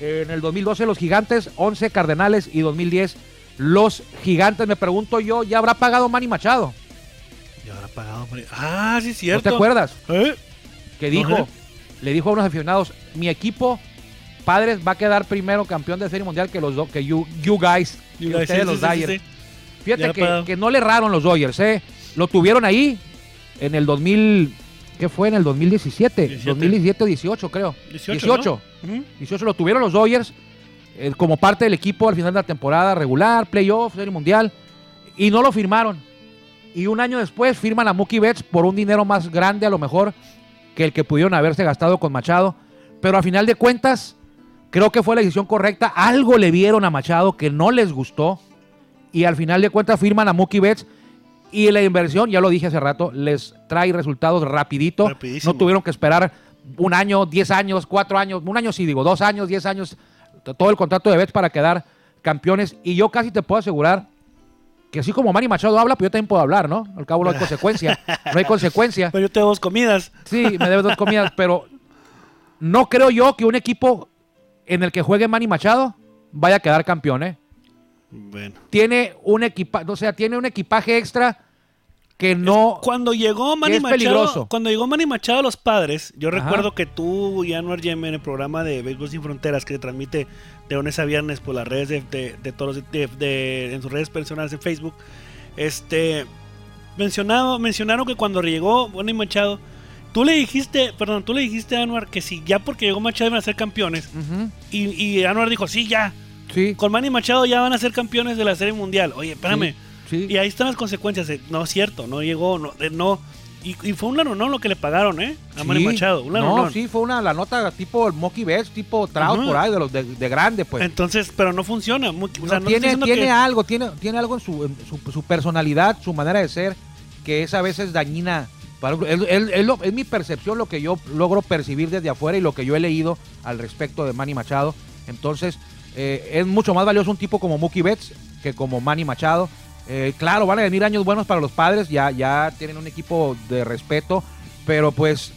[SPEAKER 2] En el 2012 los Gigantes, 11 Cardenales y 2010 los Gigantes. Me pregunto yo, ¿ya habrá pagado Manny Machado?
[SPEAKER 1] Y ahora pagado por- Ah, sí, es
[SPEAKER 2] ¿No te
[SPEAKER 1] cierto.
[SPEAKER 2] acuerdas?
[SPEAKER 1] ¿Eh?
[SPEAKER 2] que dijo,
[SPEAKER 1] Ajá.
[SPEAKER 2] le dijo a unos aficionados, mi equipo Padres va a quedar primero campeón de serie mundial que los do- que you, you guys, que
[SPEAKER 1] Sí,
[SPEAKER 2] ustedes
[SPEAKER 1] sí,
[SPEAKER 2] los
[SPEAKER 1] sí, sí,
[SPEAKER 2] Dodgers.
[SPEAKER 1] sí. Ya
[SPEAKER 2] Fíjate
[SPEAKER 1] la
[SPEAKER 2] que,
[SPEAKER 1] pagaron.
[SPEAKER 2] que no le erraron los Dodgers, ¿eh? Lo tuvieron ahí en el 2000, ¿qué fue? En el 2017,
[SPEAKER 1] 17.
[SPEAKER 2] 2017 o 18 creo.
[SPEAKER 1] 18,
[SPEAKER 2] 18.
[SPEAKER 1] ¿no? Ujú.
[SPEAKER 2] 18 lo tuvieron los Dodgers eh, como parte del equipo al final de la temporada regular, playoff, serie mundial, y no lo firmaron. Y un año después firman a Mookie Betts por un dinero más grande a lo mejor que el que pudieron haberse gastado con Machado. Pero a final de cuentas, creo que fue la decisión correcta. Algo le vieron a Machado que no les gustó. Y al final de cuentas firman a Mookie Betts. Y la inversión, ya lo dije hace rato, les trae resultados rapidito.
[SPEAKER 1] Rapidísimo.
[SPEAKER 2] No tuvieron que esperar un año, diez años, cuatro años, un año sí digo, dos años, diez años, t- todo el contrato de Betts para quedar campeones. Y yo casi te puedo asegurar que así como Manny Machado habla, pues yo también puedo hablar, ¿no? Al cabo no
[SPEAKER 1] (laughs)
[SPEAKER 2] hay consecuencia. No hay consecuencia.
[SPEAKER 1] Pero yo te doy dos comidas.
[SPEAKER 2] Sí, me debe dos comidas, pero no creo yo que un equipo en el que juegue Manny Machado vaya a quedar campeón, ¿eh?
[SPEAKER 1] Bueno.
[SPEAKER 2] Tiene un equipaje, o sea, tiene un equipaje extra que no...
[SPEAKER 1] Cuando llegó Manny
[SPEAKER 2] es
[SPEAKER 1] Machado,
[SPEAKER 2] peligroso.
[SPEAKER 1] cuando llegó Manny Machado a los padres, yo
[SPEAKER 2] Ajá.
[SPEAKER 1] recuerdo que tú y Anuar Yeme en el programa de Béisbol sin Fronteras que se transmite de lunes a viernes por las redes de, de, de todos los- de- de- en sus redes personales en Facebook, este mencionado, mencionaron que cuando llegó Manny Machado, tú le dijiste, perdón, tú le dijiste a Anuar que si ya porque llegó Machado iban a ser campeones
[SPEAKER 2] Ujú,
[SPEAKER 1] y, y Anuar dijo sí ya
[SPEAKER 2] sí,
[SPEAKER 1] con Manny Machado ya van a ser campeones de la Serie Mundial. Oye, espérame.
[SPEAKER 2] sí.
[SPEAKER 1] Y ahí están las consecuencias. eh, No es cierto, no llegó, no. eh, no. Y, y fue un laronón lo que le pagaron, ¿eh? A Manny
[SPEAKER 2] Sí.
[SPEAKER 1] Machado, un
[SPEAKER 2] No,
[SPEAKER 1] laronón.
[SPEAKER 2] sí, fue una la nota tipo el Mocky Best, tipo Trout
[SPEAKER 1] Ajá.
[SPEAKER 2] por ahí, de los de, de grande, pues.
[SPEAKER 1] Entonces, pero no funciona. muy- o
[SPEAKER 2] No,
[SPEAKER 1] sea, no estoy
[SPEAKER 2] tiene
[SPEAKER 1] diciendo
[SPEAKER 2] tiene
[SPEAKER 1] que-
[SPEAKER 2] algo, tiene, tiene algo en, su, en su, su personalidad, su manera de ser, que es a veces dañina. Para, es, es- es lo- es mi percepción, lo que yo logro percibir desde afuera y lo que yo he leído al respecto de Manny Machado. Entonces, eh, es mucho más valioso un tipo como Mookie Betts que como Manny Machado. Eh, claro, van a venir años buenos para los padres, ya, ya tienen un equipo de respeto, pero pues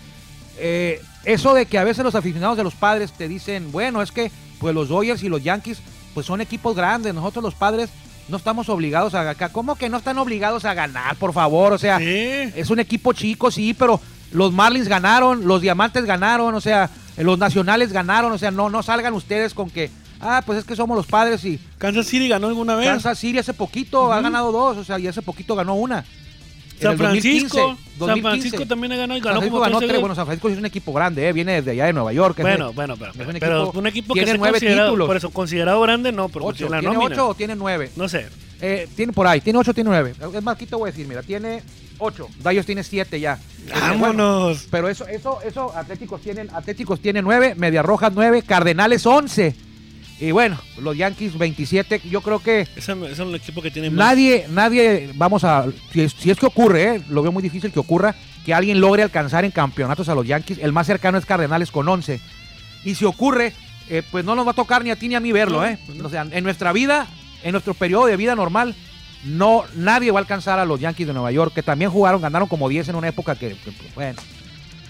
[SPEAKER 2] eh, eso de que a veces los aficionados de los padres te dicen, bueno, es que pues los Dodgers y los Yankees pues son equipos grandes, nosotros los padres no estamos obligados a ganar. ¿Cómo que no están obligados a ganar, por favor? O sea,
[SPEAKER 1] Sí.
[SPEAKER 2] es un equipo chico, sí, pero los Marlins ganaron, los Diamantes ganaron, o sea, los Nacionales ganaron, o sea, no, no salgan ustedes con que, ah, pues es que somos los padres y
[SPEAKER 1] Kansas City ganó alguna vez.
[SPEAKER 2] Kansas City hace poquito ha ganado dos, o sea, y hace poquito ganó una. En
[SPEAKER 1] San
[SPEAKER 2] el
[SPEAKER 1] Francisco.
[SPEAKER 2] 2015,
[SPEAKER 1] San
[SPEAKER 2] 2015.
[SPEAKER 1] Francisco también ha ganado y
[SPEAKER 2] San
[SPEAKER 1] ganó
[SPEAKER 2] Francisco
[SPEAKER 1] como
[SPEAKER 2] ganó
[SPEAKER 1] 13
[SPEAKER 2] tres.
[SPEAKER 1] veces.
[SPEAKER 2] Bueno, San Francisco es un equipo grande, ¿eh? viene de allá de Nueva York. es de-
[SPEAKER 1] Bueno, bueno, pero,
[SPEAKER 2] es un
[SPEAKER 1] pero
[SPEAKER 2] equipo-
[SPEAKER 1] un equipo que
[SPEAKER 2] tiene
[SPEAKER 1] sea
[SPEAKER 2] nueve
[SPEAKER 1] considerado,
[SPEAKER 2] títulos.
[SPEAKER 1] por eso, considerado grande, no, pero
[SPEAKER 2] ocho,
[SPEAKER 1] en pues la
[SPEAKER 2] ¿Tiene
[SPEAKER 1] nómina.
[SPEAKER 2] ocho o tiene nueve?
[SPEAKER 1] No sé.
[SPEAKER 2] Eh, tiene por ahí, tiene ocho, tiene nueve. Es más, aquí te voy a decir, mira, tiene ocho. Dayos tiene siete ya. Este, Bueno,
[SPEAKER 1] Vámonos.
[SPEAKER 2] pero eso, eso, eso, Atléticos tienen, Atléticos tiene nueve, Medias Rojas nueve, Cardenales once. Y bueno, los Yankees 27. Yo creo que
[SPEAKER 1] Ese es el equipo que tiene más.
[SPEAKER 2] Nadie, nadie, vamos a, si es, si es que ocurre, ¿eh? lo veo muy difícil que ocurra, que alguien logre alcanzar en campeonatos a los Yankees. El más cercano es Cardenales con 11. Y si ocurre, eh, pues no nos va a tocar ni a ti ni a mí verlo,
[SPEAKER 1] No,
[SPEAKER 2] ¿eh?
[SPEAKER 1] pues no.
[SPEAKER 2] O sea, en nuestra vida, en nuestro periodo de vida normal, no, nadie va a alcanzar a los Yankees de Nueva York, que también jugaron, ganaron como 10 en una época que, que, pues, bueno,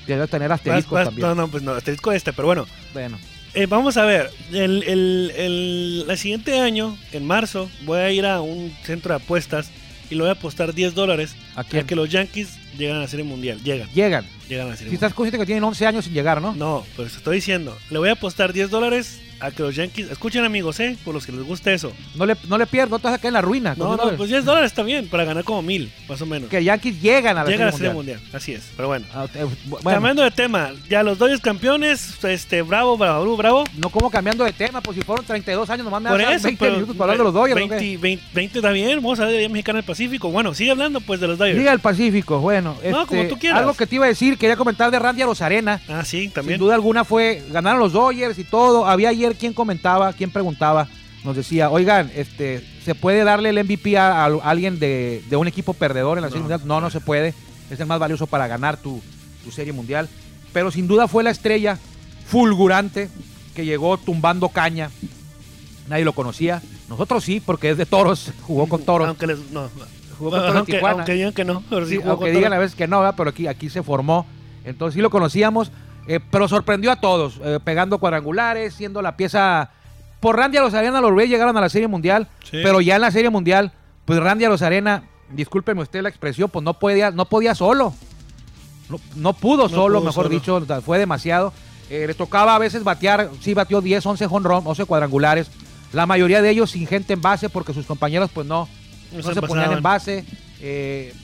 [SPEAKER 2] debe tener
[SPEAKER 1] Vas-
[SPEAKER 2] asteriscos
[SPEAKER 1] vas-
[SPEAKER 2] también.
[SPEAKER 1] no, no, pues no, asterisco este, pero bueno.
[SPEAKER 2] Bueno,
[SPEAKER 1] eh, vamos a ver, el, el, el- el siguiente año, en marzo, voy a ir a un centro de apuestas y le voy a apostar 10 dólares
[SPEAKER 2] ¿A
[SPEAKER 1] a,
[SPEAKER 2] quién?
[SPEAKER 1] que los Yankees llegan a la Serie Mundial. Llegan,
[SPEAKER 2] Llegan.
[SPEAKER 1] llegan a la Serie
[SPEAKER 2] Si estás consciente que tienen 11 años sin llegar, ¿no?
[SPEAKER 1] No, pero estoy diciendo, le voy a apostar 10 dólares a que los Yankees... Escuchen amigos, ¿eh? Por los que les gusta eso.
[SPEAKER 2] No le, no le pierdas, no te vas a caer en la ruina.
[SPEAKER 1] No, no, pues 10 dólares está bien, para ganar como mil, más o menos.
[SPEAKER 2] Que Yankees llegan a la
[SPEAKER 1] Llega a la
[SPEAKER 2] Serie
[SPEAKER 1] Serie
[SPEAKER 2] Mundial.
[SPEAKER 1] Mundial, así es, pero bueno.
[SPEAKER 2] Ah, eh, bueno,
[SPEAKER 1] Cambiando de tema, ya los Dodgers campeones, este, bravo, bravo, bravo.
[SPEAKER 2] no como cambiando de tema, pues si fueron 32 años, nomás me
[SPEAKER 1] Por
[SPEAKER 2] vas a dar
[SPEAKER 1] eso,
[SPEAKER 2] 20
[SPEAKER 1] pero
[SPEAKER 2] minutos para hablar de los Dodgers. ¿no?
[SPEAKER 1] 20, 20, 20 está bien, vamos a ver de Liga Mexicana del Pacífico. Bueno, sigue hablando pues de los Dodgers.
[SPEAKER 2] Liga del Pacífico, bueno. este,
[SPEAKER 1] No, como tú quieras.
[SPEAKER 2] Algo que te iba a decir, quería comentar de Randy Arozarena.
[SPEAKER 1] Ah, sí,
[SPEAKER 2] Sin
[SPEAKER 1] también.
[SPEAKER 2] duda alguna fue, ganaron los Dodgers y todo. Había ayer quien comentaba, quien preguntaba, nos decía, oigan, este, ¿se puede darle el MVP a, a alguien de, de un equipo perdedor en la Serie Mundial? No, no se puede. Es el más valioso para ganar tu, tu Serie Mundial. Pero sin duda fue la estrella fulgurante que llegó tumbando caña. Nadie lo conocía. Nosotros sí, porque es de toros, (laughs) jugó con toros.
[SPEAKER 1] Aunque les no.
[SPEAKER 2] Jugó con Toro en
[SPEAKER 1] aunque,
[SPEAKER 2] Tijuana.
[SPEAKER 1] aunque digan que no, pero sí,
[SPEAKER 2] Sí,
[SPEAKER 1] jugó
[SPEAKER 2] aunque
[SPEAKER 1] con
[SPEAKER 2] digan
[SPEAKER 1] Toro.
[SPEAKER 2] a veces que no, ¿verdad? pero aquí, aquí se formó. Entonces sí lo conocíamos, eh, pero sorprendió a todos, eh, pegando cuadrangulares, siendo la pieza... Por Randy Arozarena los Reyes llegaron a la Serie Mundial,
[SPEAKER 1] Sí.
[SPEAKER 2] pero ya en la Serie Mundial, pues Randy Arozarena, discúlpeme usted la expresión, pues no podía, no podía solo. No, no pudo
[SPEAKER 1] No
[SPEAKER 2] solo,
[SPEAKER 1] pudo
[SPEAKER 2] mejor
[SPEAKER 1] solo.
[SPEAKER 2] dicho, o sea, fue demasiado. Eh, le tocaba a veces batear, sí batió 10, 11 jonrón, 11 cuadrangulares. La mayoría de ellos sin gente en base porque sus compañeros pues no,
[SPEAKER 1] No
[SPEAKER 2] no
[SPEAKER 1] se
[SPEAKER 2] se ponían
[SPEAKER 1] pasaban.
[SPEAKER 2] en base. Eh,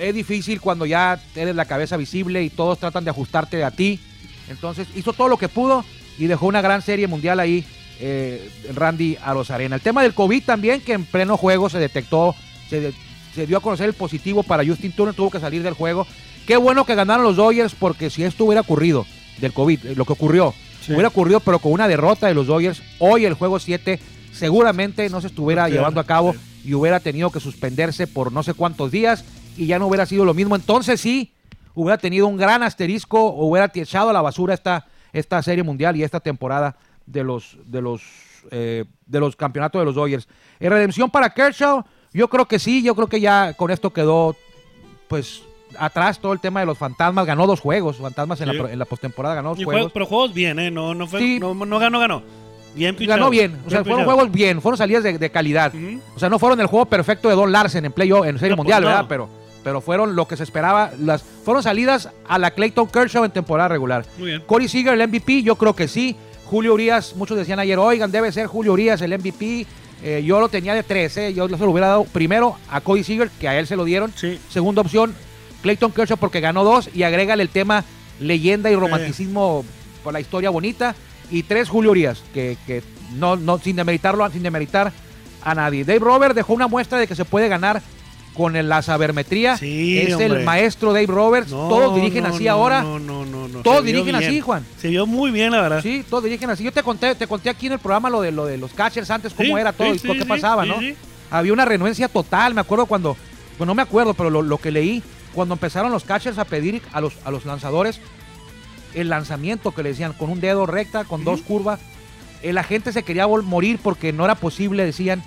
[SPEAKER 2] es difícil cuando ya eres la cabeza visible y todos tratan de ajustarte a ti. Entonces hizo todo lo que pudo y dejó una gran serie mundial ahí eh, Randy Arozarena. El tema del COVID también, que en pleno juego se detectó, se, de- se dio a conocer el positivo para Justin Turner, tuvo que salir del juego. Qué bueno que ganaron los Dodgers porque si esto hubiera ocurrido del COVID, eh, lo que ocurrió,
[SPEAKER 1] Sí.
[SPEAKER 2] hubiera ocurrido pero con una derrota de los Dodgers, hoy el juego 7 seguramente no se estuviera
[SPEAKER 1] Sí,
[SPEAKER 2] llevando a cabo
[SPEAKER 1] sí.
[SPEAKER 2] y hubiera tenido que suspenderse por no sé cuántos días y ya no hubiera sido lo mismo. Entonces sí, hubiera tenido un gran asterisco o hubiera t- echado a la basura esta, esta serie mundial y esta temporada de los, de los, eh, de los campeonatos de los Dodgers. ¿En redención para Kershaw? Yo creo que sí, yo creo que ya con esto quedó pues atrás todo el tema de los fantasmas. Ganó dos juegos, fantasmas en,
[SPEAKER 1] Sí.
[SPEAKER 2] la, pro- en la postemporada ganó dos
[SPEAKER 1] Y
[SPEAKER 2] juegos.
[SPEAKER 1] juegos- pero juegos bien, ¿eh? No, no, fue,
[SPEAKER 2] Sí.
[SPEAKER 1] no, no ganó, ganó. Bien pichado.
[SPEAKER 2] Ganó bien, o sea, fueron
[SPEAKER 1] pichado.
[SPEAKER 2] juegos bien, fueron salidas de, de calidad.
[SPEAKER 1] Ujú.
[SPEAKER 2] O sea, no fueron el juego perfecto de Don Larsen en playoff, en Serie
[SPEAKER 1] No, pues,
[SPEAKER 2] Mundial,
[SPEAKER 1] no.
[SPEAKER 2] ¿verdad? Pero, pero fueron lo que se esperaba. Las, fueron salidas a la Clayton Kershaw en temporada regular.
[SPEAKER 1] Muy bien.
[SPEAKER 2] Corey Seager, el MVP, yo creo que sí. Julio Urias, muchos decían ayer, oigan, debe ser Julio Urias el MVP. Eh, yo lo tenía de 13, yo se lo hubiera dado primero a Cody Seager, que a él se lo dieron.
[SPEAKER 1] Sí.
[SPEAKER 2] Segunda opción, Clayton Kershaw porque ganó dos y agrégale el tema leyenda y romanticismo por la historia bonita. Y tres, Julio Urias, que, que no, no, sin demeritarlo, sin demeritar a nadie. Dave Robert dejó una muestra de que se puede ganar con el- la sabermetría.
[SPEAKER 1] Sí,
[SPEAKER 2] es
[SPEAKER 1] hombre.
[SPEAKER 2] el maestro Dave Roberts.
[SPEAKER 1] No,
[SPEAKER 2] todos dirigen
[SPEAKER 1] no,
[SPEAKER 2] así
[SPEAKER 1] no,
[SPEAKER 2] ahora.
[SPEAKER 1] No, no, no, no.
[SPEAKER 2] Todos
[SPEAKER 1] Se vio
[SPEAKER 2] dirigen
[SPEAKER 1] bien.
[SPEAKER 2] así, Juan.
[SPEAKER 1] Se vio muy bien, la verdad.
[SPEAKER 2] Sí, todos dirigen así. Yo te conté, te conté aquí en el programa lo de lo de los catchers antes, cómo
[SPEAKER 1] Sí,
[SPEAKER 2] era todo
[SPEAKER 1] sí,
[SPEAKER 2] y todo
[SPEAKER 1] sí,
[SPEAKER 2] qué
[SPEAKER 1] sí,
[SPEAKER 2] pasaba,
[SPEAKER 1] sí,
[SPEAKER 2] ¿no?
[SPEAKER 1] sí.
[SPEAKER 2] Había una renuencia total, me acuerdo cuando, pues no me acuerdo, pero lo, lo que leí, cuando empezaron los catchers a pedir a los, a los lanzadores el lanzamiento que le decían con un dedo recta, con dos curvas, eh, la gente se quería vol- morir porque no era posible, decían,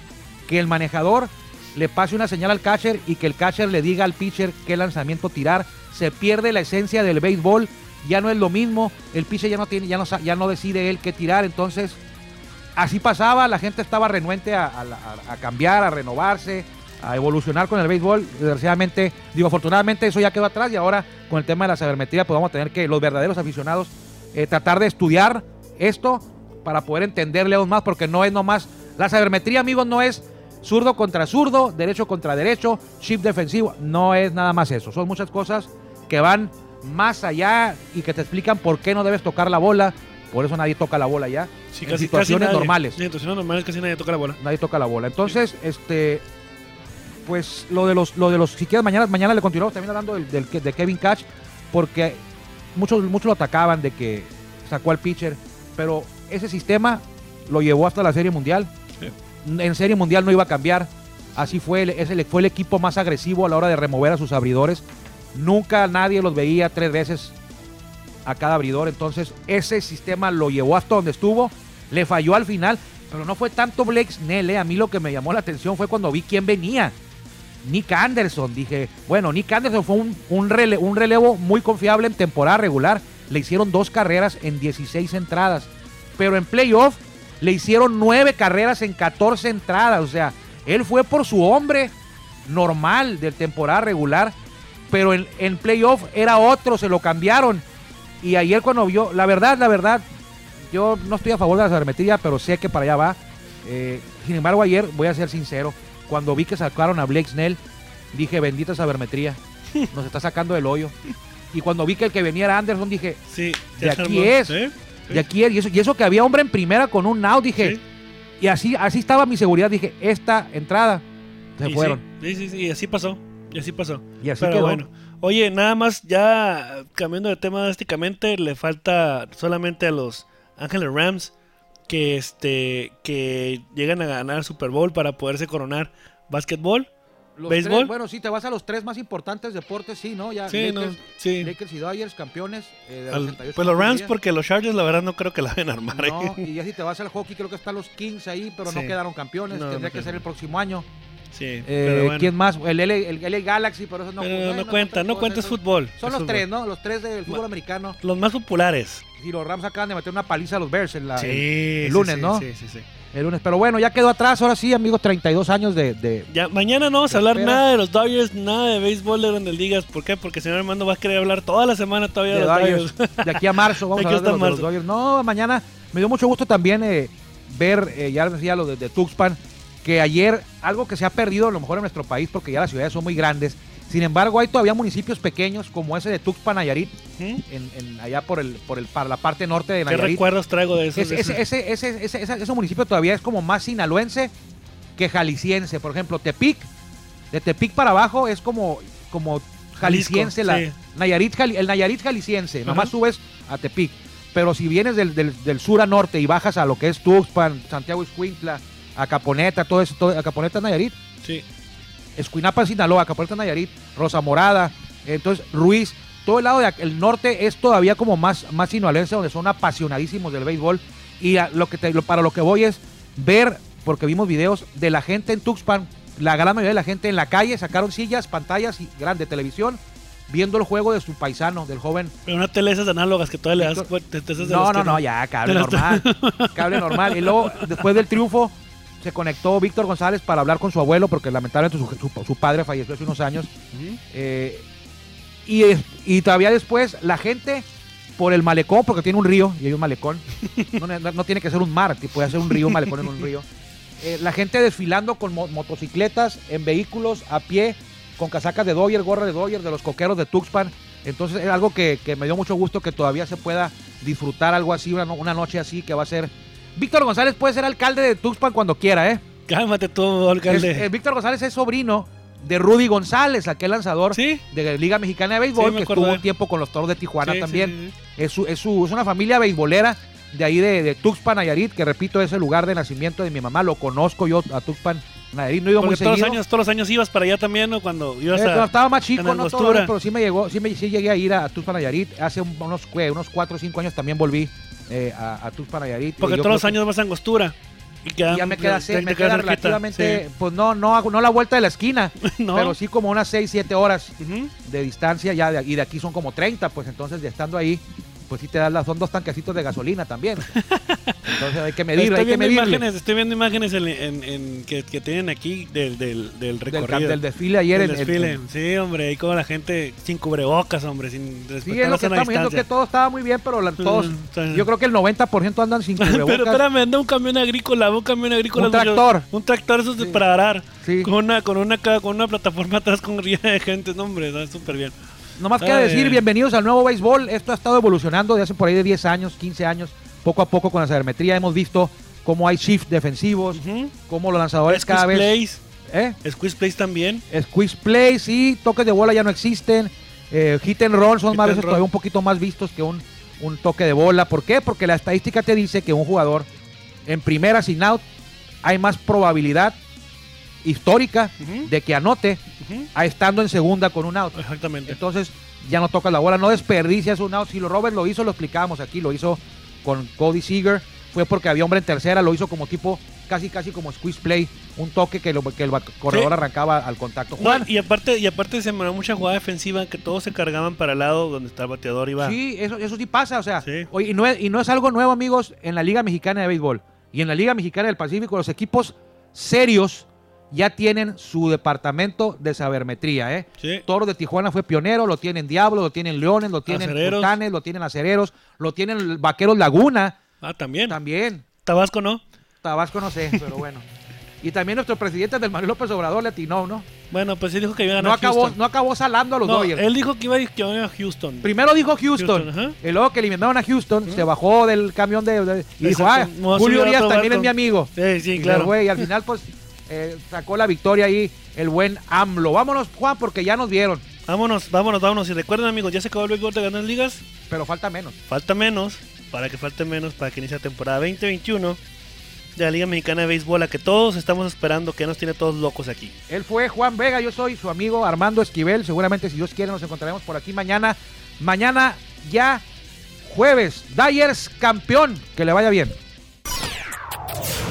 [SPEAKER 2] que el manejador le pase una señal al catcher y que el catcher le diga al pitcher qué lanzamiento tirar. Se pierde la esencia del béisbol, ya no es lo mismo, el pitcher ya no tiene, ya no, sa- ya no decide él qué tirar, entonces así pasaba, la gente estaba renuente a, a la- a- a cambiar, a renovarse, a evolucionar con el béisbol. Desgraciadamente, digo, afortunadamente eso ya quedó atrás y ahora con el tema de la sabermetría, pues vamos a tener que los verdaderos aficionados eh, tratar de estudiar esto para poder entenderle aún más, porque no es nomás. La sabermetría, amigos, no es zurdo contra zurdo, derecho contra derecho, chip defensivo, no es nada más eso. Son muchas cosas que van más allá y que te explican por qué no debes tocar la bola. Por eso nadie toca la bola ya.
[SPEAKER 1] Sí, casi-
[SPEAKER 2] en
[SPEAKER 1] casi
[SPEAKER 2] situaciones
[SPEAKER 1] nadie.
[SPEAKER 2] normales
[SPEAKER 1] En situaciones normales casi nadie toca la bola.
[SPEAKER 2] nadie toca la bola. Entonces, este, pues lo de los, lo de los, si quieres mañana, mañana le continuamos también hablando del, del que- de Kevin Cash, porque muchos, muchos lo atacaban de que sacó al pitcher, pero ese sistema lo llevó hasta la Serie Mundial.
[SPEAKER 1] Sí.
[SPEAKER 2] En Serie Mundial no iba a cambiar. Así fue, el- es el- fue el equipo más agresivo a la hora de remover a sus abridores. Nunca nadie los veía tres veces a cada abridor. Entonces, ese sistema lo llevó hasta donde estuvo. Le falló al final, pero no fue tanto Blake Snell. eh. A mí lo que me llamó la atención fue cuando vi quién venía. Nick Anderson. Dije, bueno, Nick Anderson fue un, un, rele- un relevo muy confiable en temporada regular. Le hicieron dos carreras en 16 entradas. pero en playoff le hicieron nueve carreras en 14 entradas. O sea, él fue por su hombre normal de temporada regular, pero en, en playoff era otro, se lo cambiaron. Y ayer cuando vio, la verdad, la verdad, yo no estoy a favor de las armetillas, pero sé que para allá va. Eh, sin embargo, ayer, voy a ser sincero, cuando vi que sacaron a Blake Snell, dije, bendita sabermetría, nos está sacando del hoyo. Y cuando vi que el que venía era Anderson, dije,
[SPEAKER 1] Sí,
[SPEAKER 2] de
[SPEAKER 1] ya se
[SPEAKER 2] aquí
[SPEAKER 1] armó.
[SPEAKER 2] es.
[SPEAKER 1] Sí, sí.
[SPEAKER 2] De aquí es. Y eso, y eso que había hombre en primera con un out, dije.
[SPEAKER 1] Sí.
[SPEAKER 2] Y así, así estaba mi seguridad, dije, esta entrada. Se
[SPEAKER 1] Y
[SPEAKER 2] fueron.
[SPEAKER 1] Sí, sí, sí, y así pasó. Y así pasó.
[SPEAKER 2] Y así
[SPEAKER 1] Pero
[SPEAKER 2] quedó.
[SPEAKER 1] bueno. Oye, nada más, ya cambiando de tema drásticamente, le falta solamente a los Ángeles Rams que este que llegan a ganar Super Bowl para poderse coronar básquetbol,
[SPEAKER 2] Los
[SPEAKER 1] béisbol.
[SPEAKER 2] tres- bueno, sí, te vas a los tres más importantes deportes, sí, ¿no? Ya
[SPEAKER 1] Sí,
[SPEAKER 2] Ah, Lakers,
[SPEAKER 1] no, sí.
[SPEAKER 2] Lakers y Dodgers, campeones. eh, de
[SPEAKER 1] Al-
[SPEAKER 2] 88
[SPEAKER 1] pues los Rams
[SPEAKER 2] categoría.
[SPEAKER 1] porque los Chargers la verdad no creo que la ven armar. ¿eh?
[SPEAKER 2] No, y ya si te vas al hockey, creo que están los Kings ahí, pero no
[SPEAKER 1] Sí.
[SPEAKER 2] quedaron campeones.
[SPEAKER 1] No, no
[SPEAKER 2] Tendría que
[SPEAKER 1] quedaron.
[SPEAKER 2] ser el próximo año.
[SPEAKER 1] Sí,
[SPEAKER 2] Eh,
[SPEAKER 1] pero bueno.
[SPEAKER 2] ¿Quién más? El LA, el LA Galaxy, pero eso no,
[SPEAKER 1] Pero
[SPEAKER 2] bueno,
[SPEAKER 1] no cuenta,
[SPEAKER 2] son
[SPEAKER 1] no cuenta, es
[SPEAKER 2] todos esos.
[SPEAKER 1] fútbol.
[SPEAKER 2] Son
[SPEAKER 1] Es
[SPEAKER 2] los
[SPEAKER 1] fútbol.
[SPEAKER 2] tres, ¿no? Los tres del fútbol americano.
[SPEAKER 1] Los más populares.
[SPEAKER 2] Y los Rams acaban de meter una paliza a los Bears en la,
[SPEAKER 1] sí,
[SPEAKER 2] Ah, el-
[SPEAKER 1] sí,
[SPEAKER 2] lunes,
[SPEAKER 1] sí,
[SPEAKER 2] ¿no?
[SPEAKER 1] Sí, sí, sí.
[SPEAKER 2] El lunes, pero bueno, ya quedó atrás, ahora sí, amigos, 32 años de... de-
[SPEAKER 1] Ya, mañana no vamos a
[SPEAKER 2] Te
[SPEAKER 1] hablar
[SPEAKER 2] espera.
[SPEAKER 1] nada de los Dodgers, nada de béisbol de donde ligas. ¿Por qué? Porque el señor Armando va a querer hablar toda la semana todavía de,
[SPEAKER 2] de
[SPEAKER 1] los Dodgers.
[SPEAKER 2] Dodgers. (laughs) De aquí a marzo, vamos
[SPEAKER 1] De
[SPEAKER 2] a
[SPEAKER 1] (laughs) aquí
[SPEAKER 2] hablar de los,
[SPEAKER 1] hasta
[SPEAKER 2] de los Dodgers. No, mañana me dio mucho gusto también eh, ver, eh, ya decía lo de, de Tuxpan, que ayer algo que se ha perdido a lo mejor en nuestro país, porque ya las ciudades son muy grandes. Sin embargo, hay todavía municipios pequeños como ese de Tuxpan, Nayarit,
[SPEAKER 1] ¿Mm?
[SPEAKER 2] en, en- allá por el, por el, para la parte norte de
[SPEAKER 1] ¿Qué
[SPEAKER 2] Nayarit.
[SPEAKER 1] recuerdos traigo de eso?
[SPEAKER 2] Ese, ese, ese, ese- ese- ese- ese municipio todavía es como más sinaloense que jalisciense. Por ejemplo, Tepic, de Tepic para abajo es como, como jalisciense, la,
[SPEAKER 1] sí.
[SPEAKER 2] Nayarit, jali- el Nayarit jalisciense.
[SPEAKER 1] Ajá.
[SPEAKER 2] Nomás subes a Tepic. Pero si vienes del, del- del sur a norte y bajas a lo que es Tuxpan, Santiago Escuintla, Acaponeta, todo eso, todo, Acaponeta Nayarit,
[SPEAKER 1] Sí.
[SPEAKER 2] Escuinapa, Sinaloa, Capuerta, Nayarit, Rosa Morada, entonces Ruiz, todo el lado del norte es todavía como más, más sinaloense, donde son apasionadísimos del béisbol. Y a lo que te- lo- para lo que voy es ver, porque vimos videos de la gente en Tuxpan, la gran mayoría de la gente en la calle, sacaron sillas, pantallas y grande televisión, viendo el juego de su paisano, del joven.
[SPEAKER 1] Pero una tele esas análogas que todavía le das.
[SPEAKER 2] Víctor-
[SPEAKER 1] cu- te- te- esas de
[SPEAKER 2] No,
[SPEAKER 1] las
[SPEAKER 2] no,
[SPEAKER 1] que
[SPEAKER 2] no, ya, cable
[SPEAKER 1] Te lo estoy-
[SPEAKER 2] normal,
[SPEAKER 1] (laughs)
[SPEAKER 2] cable normal. Y luego, después del triunfo, se conectó Víctor González para hablar con su abuelo, porque lamentablemente su- su- su padre falleció hace unos años.
[SPEAKER 1] Ujú.
[SPEAKER 2] Eh, y, es- y todavía después la gente por el malecón, porque tiene un río y hay un malecón. No, no- no tiene que ser un mar, te puede ser un río, un malecón en un río. Eh, la gente desfilando con mo- motocicletas, en vehículos, a pie, con casacas de Doyer, gorra de Doyer, de los coqueros de Tuxpan. Entonces es algo que, que me dio mucho gusto que todavía se pueda disfrutar algo así, una, no- una noche así que va a ser. Víctor González puede ser alcalde de Tuxpan cuando quiera, ¿eh?
[SPEAKER 1] Cálmate tú, alcalde.
[SPEAKER 2] Es- eh, Víctor González es sobrino de Rudy González, aquel lanzador
[SPEAKER 1] sí.
[SPEAKER 2] de la Liga Mexicana de
[SPEAKER 1] Sí,
[SPEAKER 2] Béisbol,
[SPEAKER 1] me
[SPEAKER 2] que
[SPEAKER 1] acuerdo
[SPEAKER 2] estuvo
[SPEAKER 1] de
[SPEAKER 2] un
[SPEAKER 1] él.
[SPEAKER 2] tiempo con los Toros de Tijuana
[SPEAKER 1] sí,
[SPEAKER 2] también.
[SPEAKER 1] sí, sí,
[SPEAKER 2] Es, su- es su- es una familia beisbolera de ahí de, de Tuxpan, Nayarit, que repito, es el lugar de nacimiento de mi mamá. Lo conozco yo a Tuxpan, Nayarit. No he ido
[SPEAKER 1] Porque
[SPEAKER 2] muy
[SPEAKER 1] todos los,
[SPEAKER 2] seguido.
[SPEAKER 1] años, todos los años ibas para allá también, ¿no? Cuando
[SPEAKER 2] Eh,
[SPEAKER 1] ibas
[SPEAKER 2] cuando
[SPEAKER 1] a.
[SPEAKER 2] estaba más chico,
[SPEAKER 1] en
[SPEAKER 2] no
[SPEAKER 1] Angostura.
[SPEAKER 2] todos los años, pero sí me llegó, sí, me, sí llegué a ir a, a Tuxpan, Nayarit. Hace un- unos, ¿qué? unos 4 o 5 años también volví eh, a, a Tuxpan, Nayarit.
[SPEAKER 1] Porque
[SPEAKER 2] Y yo
[SPEAKER 1] todos los
[SPEAKER 2] creo que-
[SPEAKER 1] años vas a Angostura. Y quedan-
[SPEAKER 2] y ya me queda,
[SPEAKER 1] te-
[SPEAKER 2] cer-
[SPEAKER 1] te queda
[SPEAKER 2] me queda
[SPEAKER 1] cerquita,
[SPEAKER 2] relativamente, pues no, no, hago- no la vuelta de la esquina,
[SPEAKER 1] sí. (laughs) No.
[SPEAKER 2] pero sí como unas 6, 7 horas
[SPEAKER 1] Ujú.
[SPEAKER 2] de distancia ya de, y de aquí son como 30, pues entonces ya estando ahí, pues sí te das las, son dos tanquecitos de
[SPEAKER 1] (laughs)
[SPEAKER 2] gasolina también. Entonces hay que medir,
[SPEAKER 1] estoy
[SPEAKER 2] hay que
[SPEAKER 1] viendo
[SPEAKER 2] medir.
[SPEAKER 1] imágenes, estoy viendo imágenes en, en- en- que, que tienen aquí del, del, del
[SPEAKER 2] Del,
[SPEAKER 1] recorrido.
[SPEAKER 2] cam- del desfile ayer
[SPEAKER 1] del
[SPEAKER 2] en- en-
[SPEAKER 1] desfile.
[SPEAKER 2] en-
[SPEAKER 1] sí, hombre, ahí como la gente sin cubrebocas, hombre, sin
[SPEAKER 2] Sí, es lo que
[SPEAKER 1] la
[SPEAKER 2] estamos viendo,
[SPEAKER 1] (laughs)
[SPEAKER 2] que todo estaba muy bien, pero la- todos,
[SPEAKER 1] Mm, sí.
[SPEAKER 2] yo creo que el 90% andan
[SPEAKER 1] (laughs)
[SPEAKER 2] sin
[SPEAKER 1] Pero
[SPEAKER 2] cubrebocas.
[SPEAKER 1] espérame, anda un camión agrícola, un camión agrícola.
[SPEAKER 2] Un
[SPEAKER 1] yo-
[SPEAKER 2] tractor.
[SPEAKER 1] Un tractor, eso es
[SPEAKER 2] Sí.
[SPEAKER 1] para arar.
[SPEAKER 2] Sí.
[SPEAKER 1] Con, una, con, una, ca- con una plataforma atrás con ría de gente, no, hombre, está súper bien.
[SPEAKER 2] Nomás queda
[SPEAKER 1] Ah,
[SPEAKER 2] decir,
[SPEAKER 1] bien.
[SPEAKER 2] bienvenidos al nuevo béisbol. Esto ha estado evolucionando de hace por ahí de 10 años, 15 años. Poco a poco con la sabermetría hemos visto cómo hay shift defensivos,
[SPEAKER 1] Ujú.
[SPEAKER 2] cómo los lanzadores
[SPEAKER 1] Squeeze
[SPEAKER 2] cada vez...
[SPEAKER 1] plays,
[SPEAKER 2] ¿eh?
[SPEAKER 1] squeeze plays también.
[SPEAKER 2] Squeeze play, sí, toques de bola ya no existen. Eh, hit and roll son
[SPEAKER 1] Hit
[SPEAKER 2] más
[SPEAKER 1] and
[SPEAKER 2] veces
[SPEAKER 1] roll.
[SPEAKER 2] todavía un poquito más vistos que un, un toque de bola. ¿Por qué? Porque la estadística te dice que un jugador en primera sin out hay más probabilidad histórica
[SPEAKER 1] Ujú.
[SPEAKER 2] de que anote
[SPEAKER 1] Ujú.
[SPEAKER 2] a estando en segunda con un out.
[SPEAKER 1] Exactamente.
[SPEAKER 2] Entonces ya no tocas la bola, no desperdicias un out. Si lo Robert lo hizo, lo explicábamos aquí, lo hizo con Cody Seager, fue porque había hombre en tercera, lo hizo como tipo casi casi como squeeze play, un toque que, lo- que el bac- corredor
[SPEAKER 1] Sí.
[SPEAKER 2] arrancaba al contacto.
[SPEAKER 1] No,
[SPEAKER 2] Juan,
[SPEAKER 1] y aparte, y aparte se me mucha jugada defensiva que todos se cargaban para el lado donde está el bateador iba.
[SPEAKER 2] Sí, eso, eso sí pasa, o sea,
[SPEAKER 1] Sí.
[SPEAKER 2] oye, y, no es, y no es algo nuevo, amigos, en la Liga Mexicana de Béisbol y en la Liga Mexicana del Pacífico, los equipos serios ya tienen su departamento de sabermetría, ¿eh?
[SPEAKER 1] Sí.
[SPEAKER 2] Toro de Tijuana fue pionero, lo tienen Diablo, lo tienen Leones, lo tienen
[SPEAKER 1] Acereros.
[SPEAKER 2] Titanes, lo tienen Acereros, lo tienen Vaqueros Laguna
[SPEAKER 1] Ah, también.
[SPEAKER 2] también.
[SPEAKER 1] Tabasco no.
[SPEAKER 2] Tabasco no sé, pero bueno. Y también nuestro presidente del Manuel López Obrador le atinó, ¿no?
[SPEAKER 1] Bueno, pues sí dijo que iba a ganar
[SPEAKER 2] No acabó,
[SPEAKER 1] Houston.
[SPEAKER 2] no acabó salando a los
[SPEAKER 1] No,
[SPEAKER 2] Dodgers.
[SPEAKER 1] él dijo que iba a que iba a ganar Houston.
[SPEAKER 2] Primero dijo Houston.
[SPEAKER 1] Houston, ajá.
[SPEAKER 2] y luego que eliminaron a Houston, se bajó del camión de, de- y
[SPEAKER 1] Exacto,
[SPEAKER 2] dijo, ah,
[SPEAKER 1] me voy a subir
[SPEAKER 2] Julio
[SPEAKER 1] a
[SPEAKER 2] Urias
[SPEAKER 1] otro
[SPEAKER 2] también
[SPEAKER 1] barco".
[SPEAKER 2] es mi amigo.
[SPEAKER 1] Sí, sí,
[SPEAKER 2] Y
[SPEAKER 1] claro.
[SPEAKER 2] le fue, y al final, pues, eh, sacó la victoria ahí el buen AMLO. Vámonos, Juan, porque ya nos vieron,
[SPEAKER 1] Vámonos, vámonos, vámonos. Y recuerden, amigos, ya se acabó el béisbol de Grandes Ligas.
[SPEAKER 2] pero falta menos.
[SPEAKER 1] Falta menos, para que falte menos, para que inicie la temporada 2021 de la Liga Mexicana de Béisbol, a que todos estamos esperando, que ya nos tiene todos locos aquí.
[SPEAKER 2] Él fue Juan Vega, yo soy su amigo Armando Esquivel. Seguramente, si Dios quiere, nos encontraremos por aquí mañana. Mañana ya jueves. Dyers campeón. Que le vaya bien.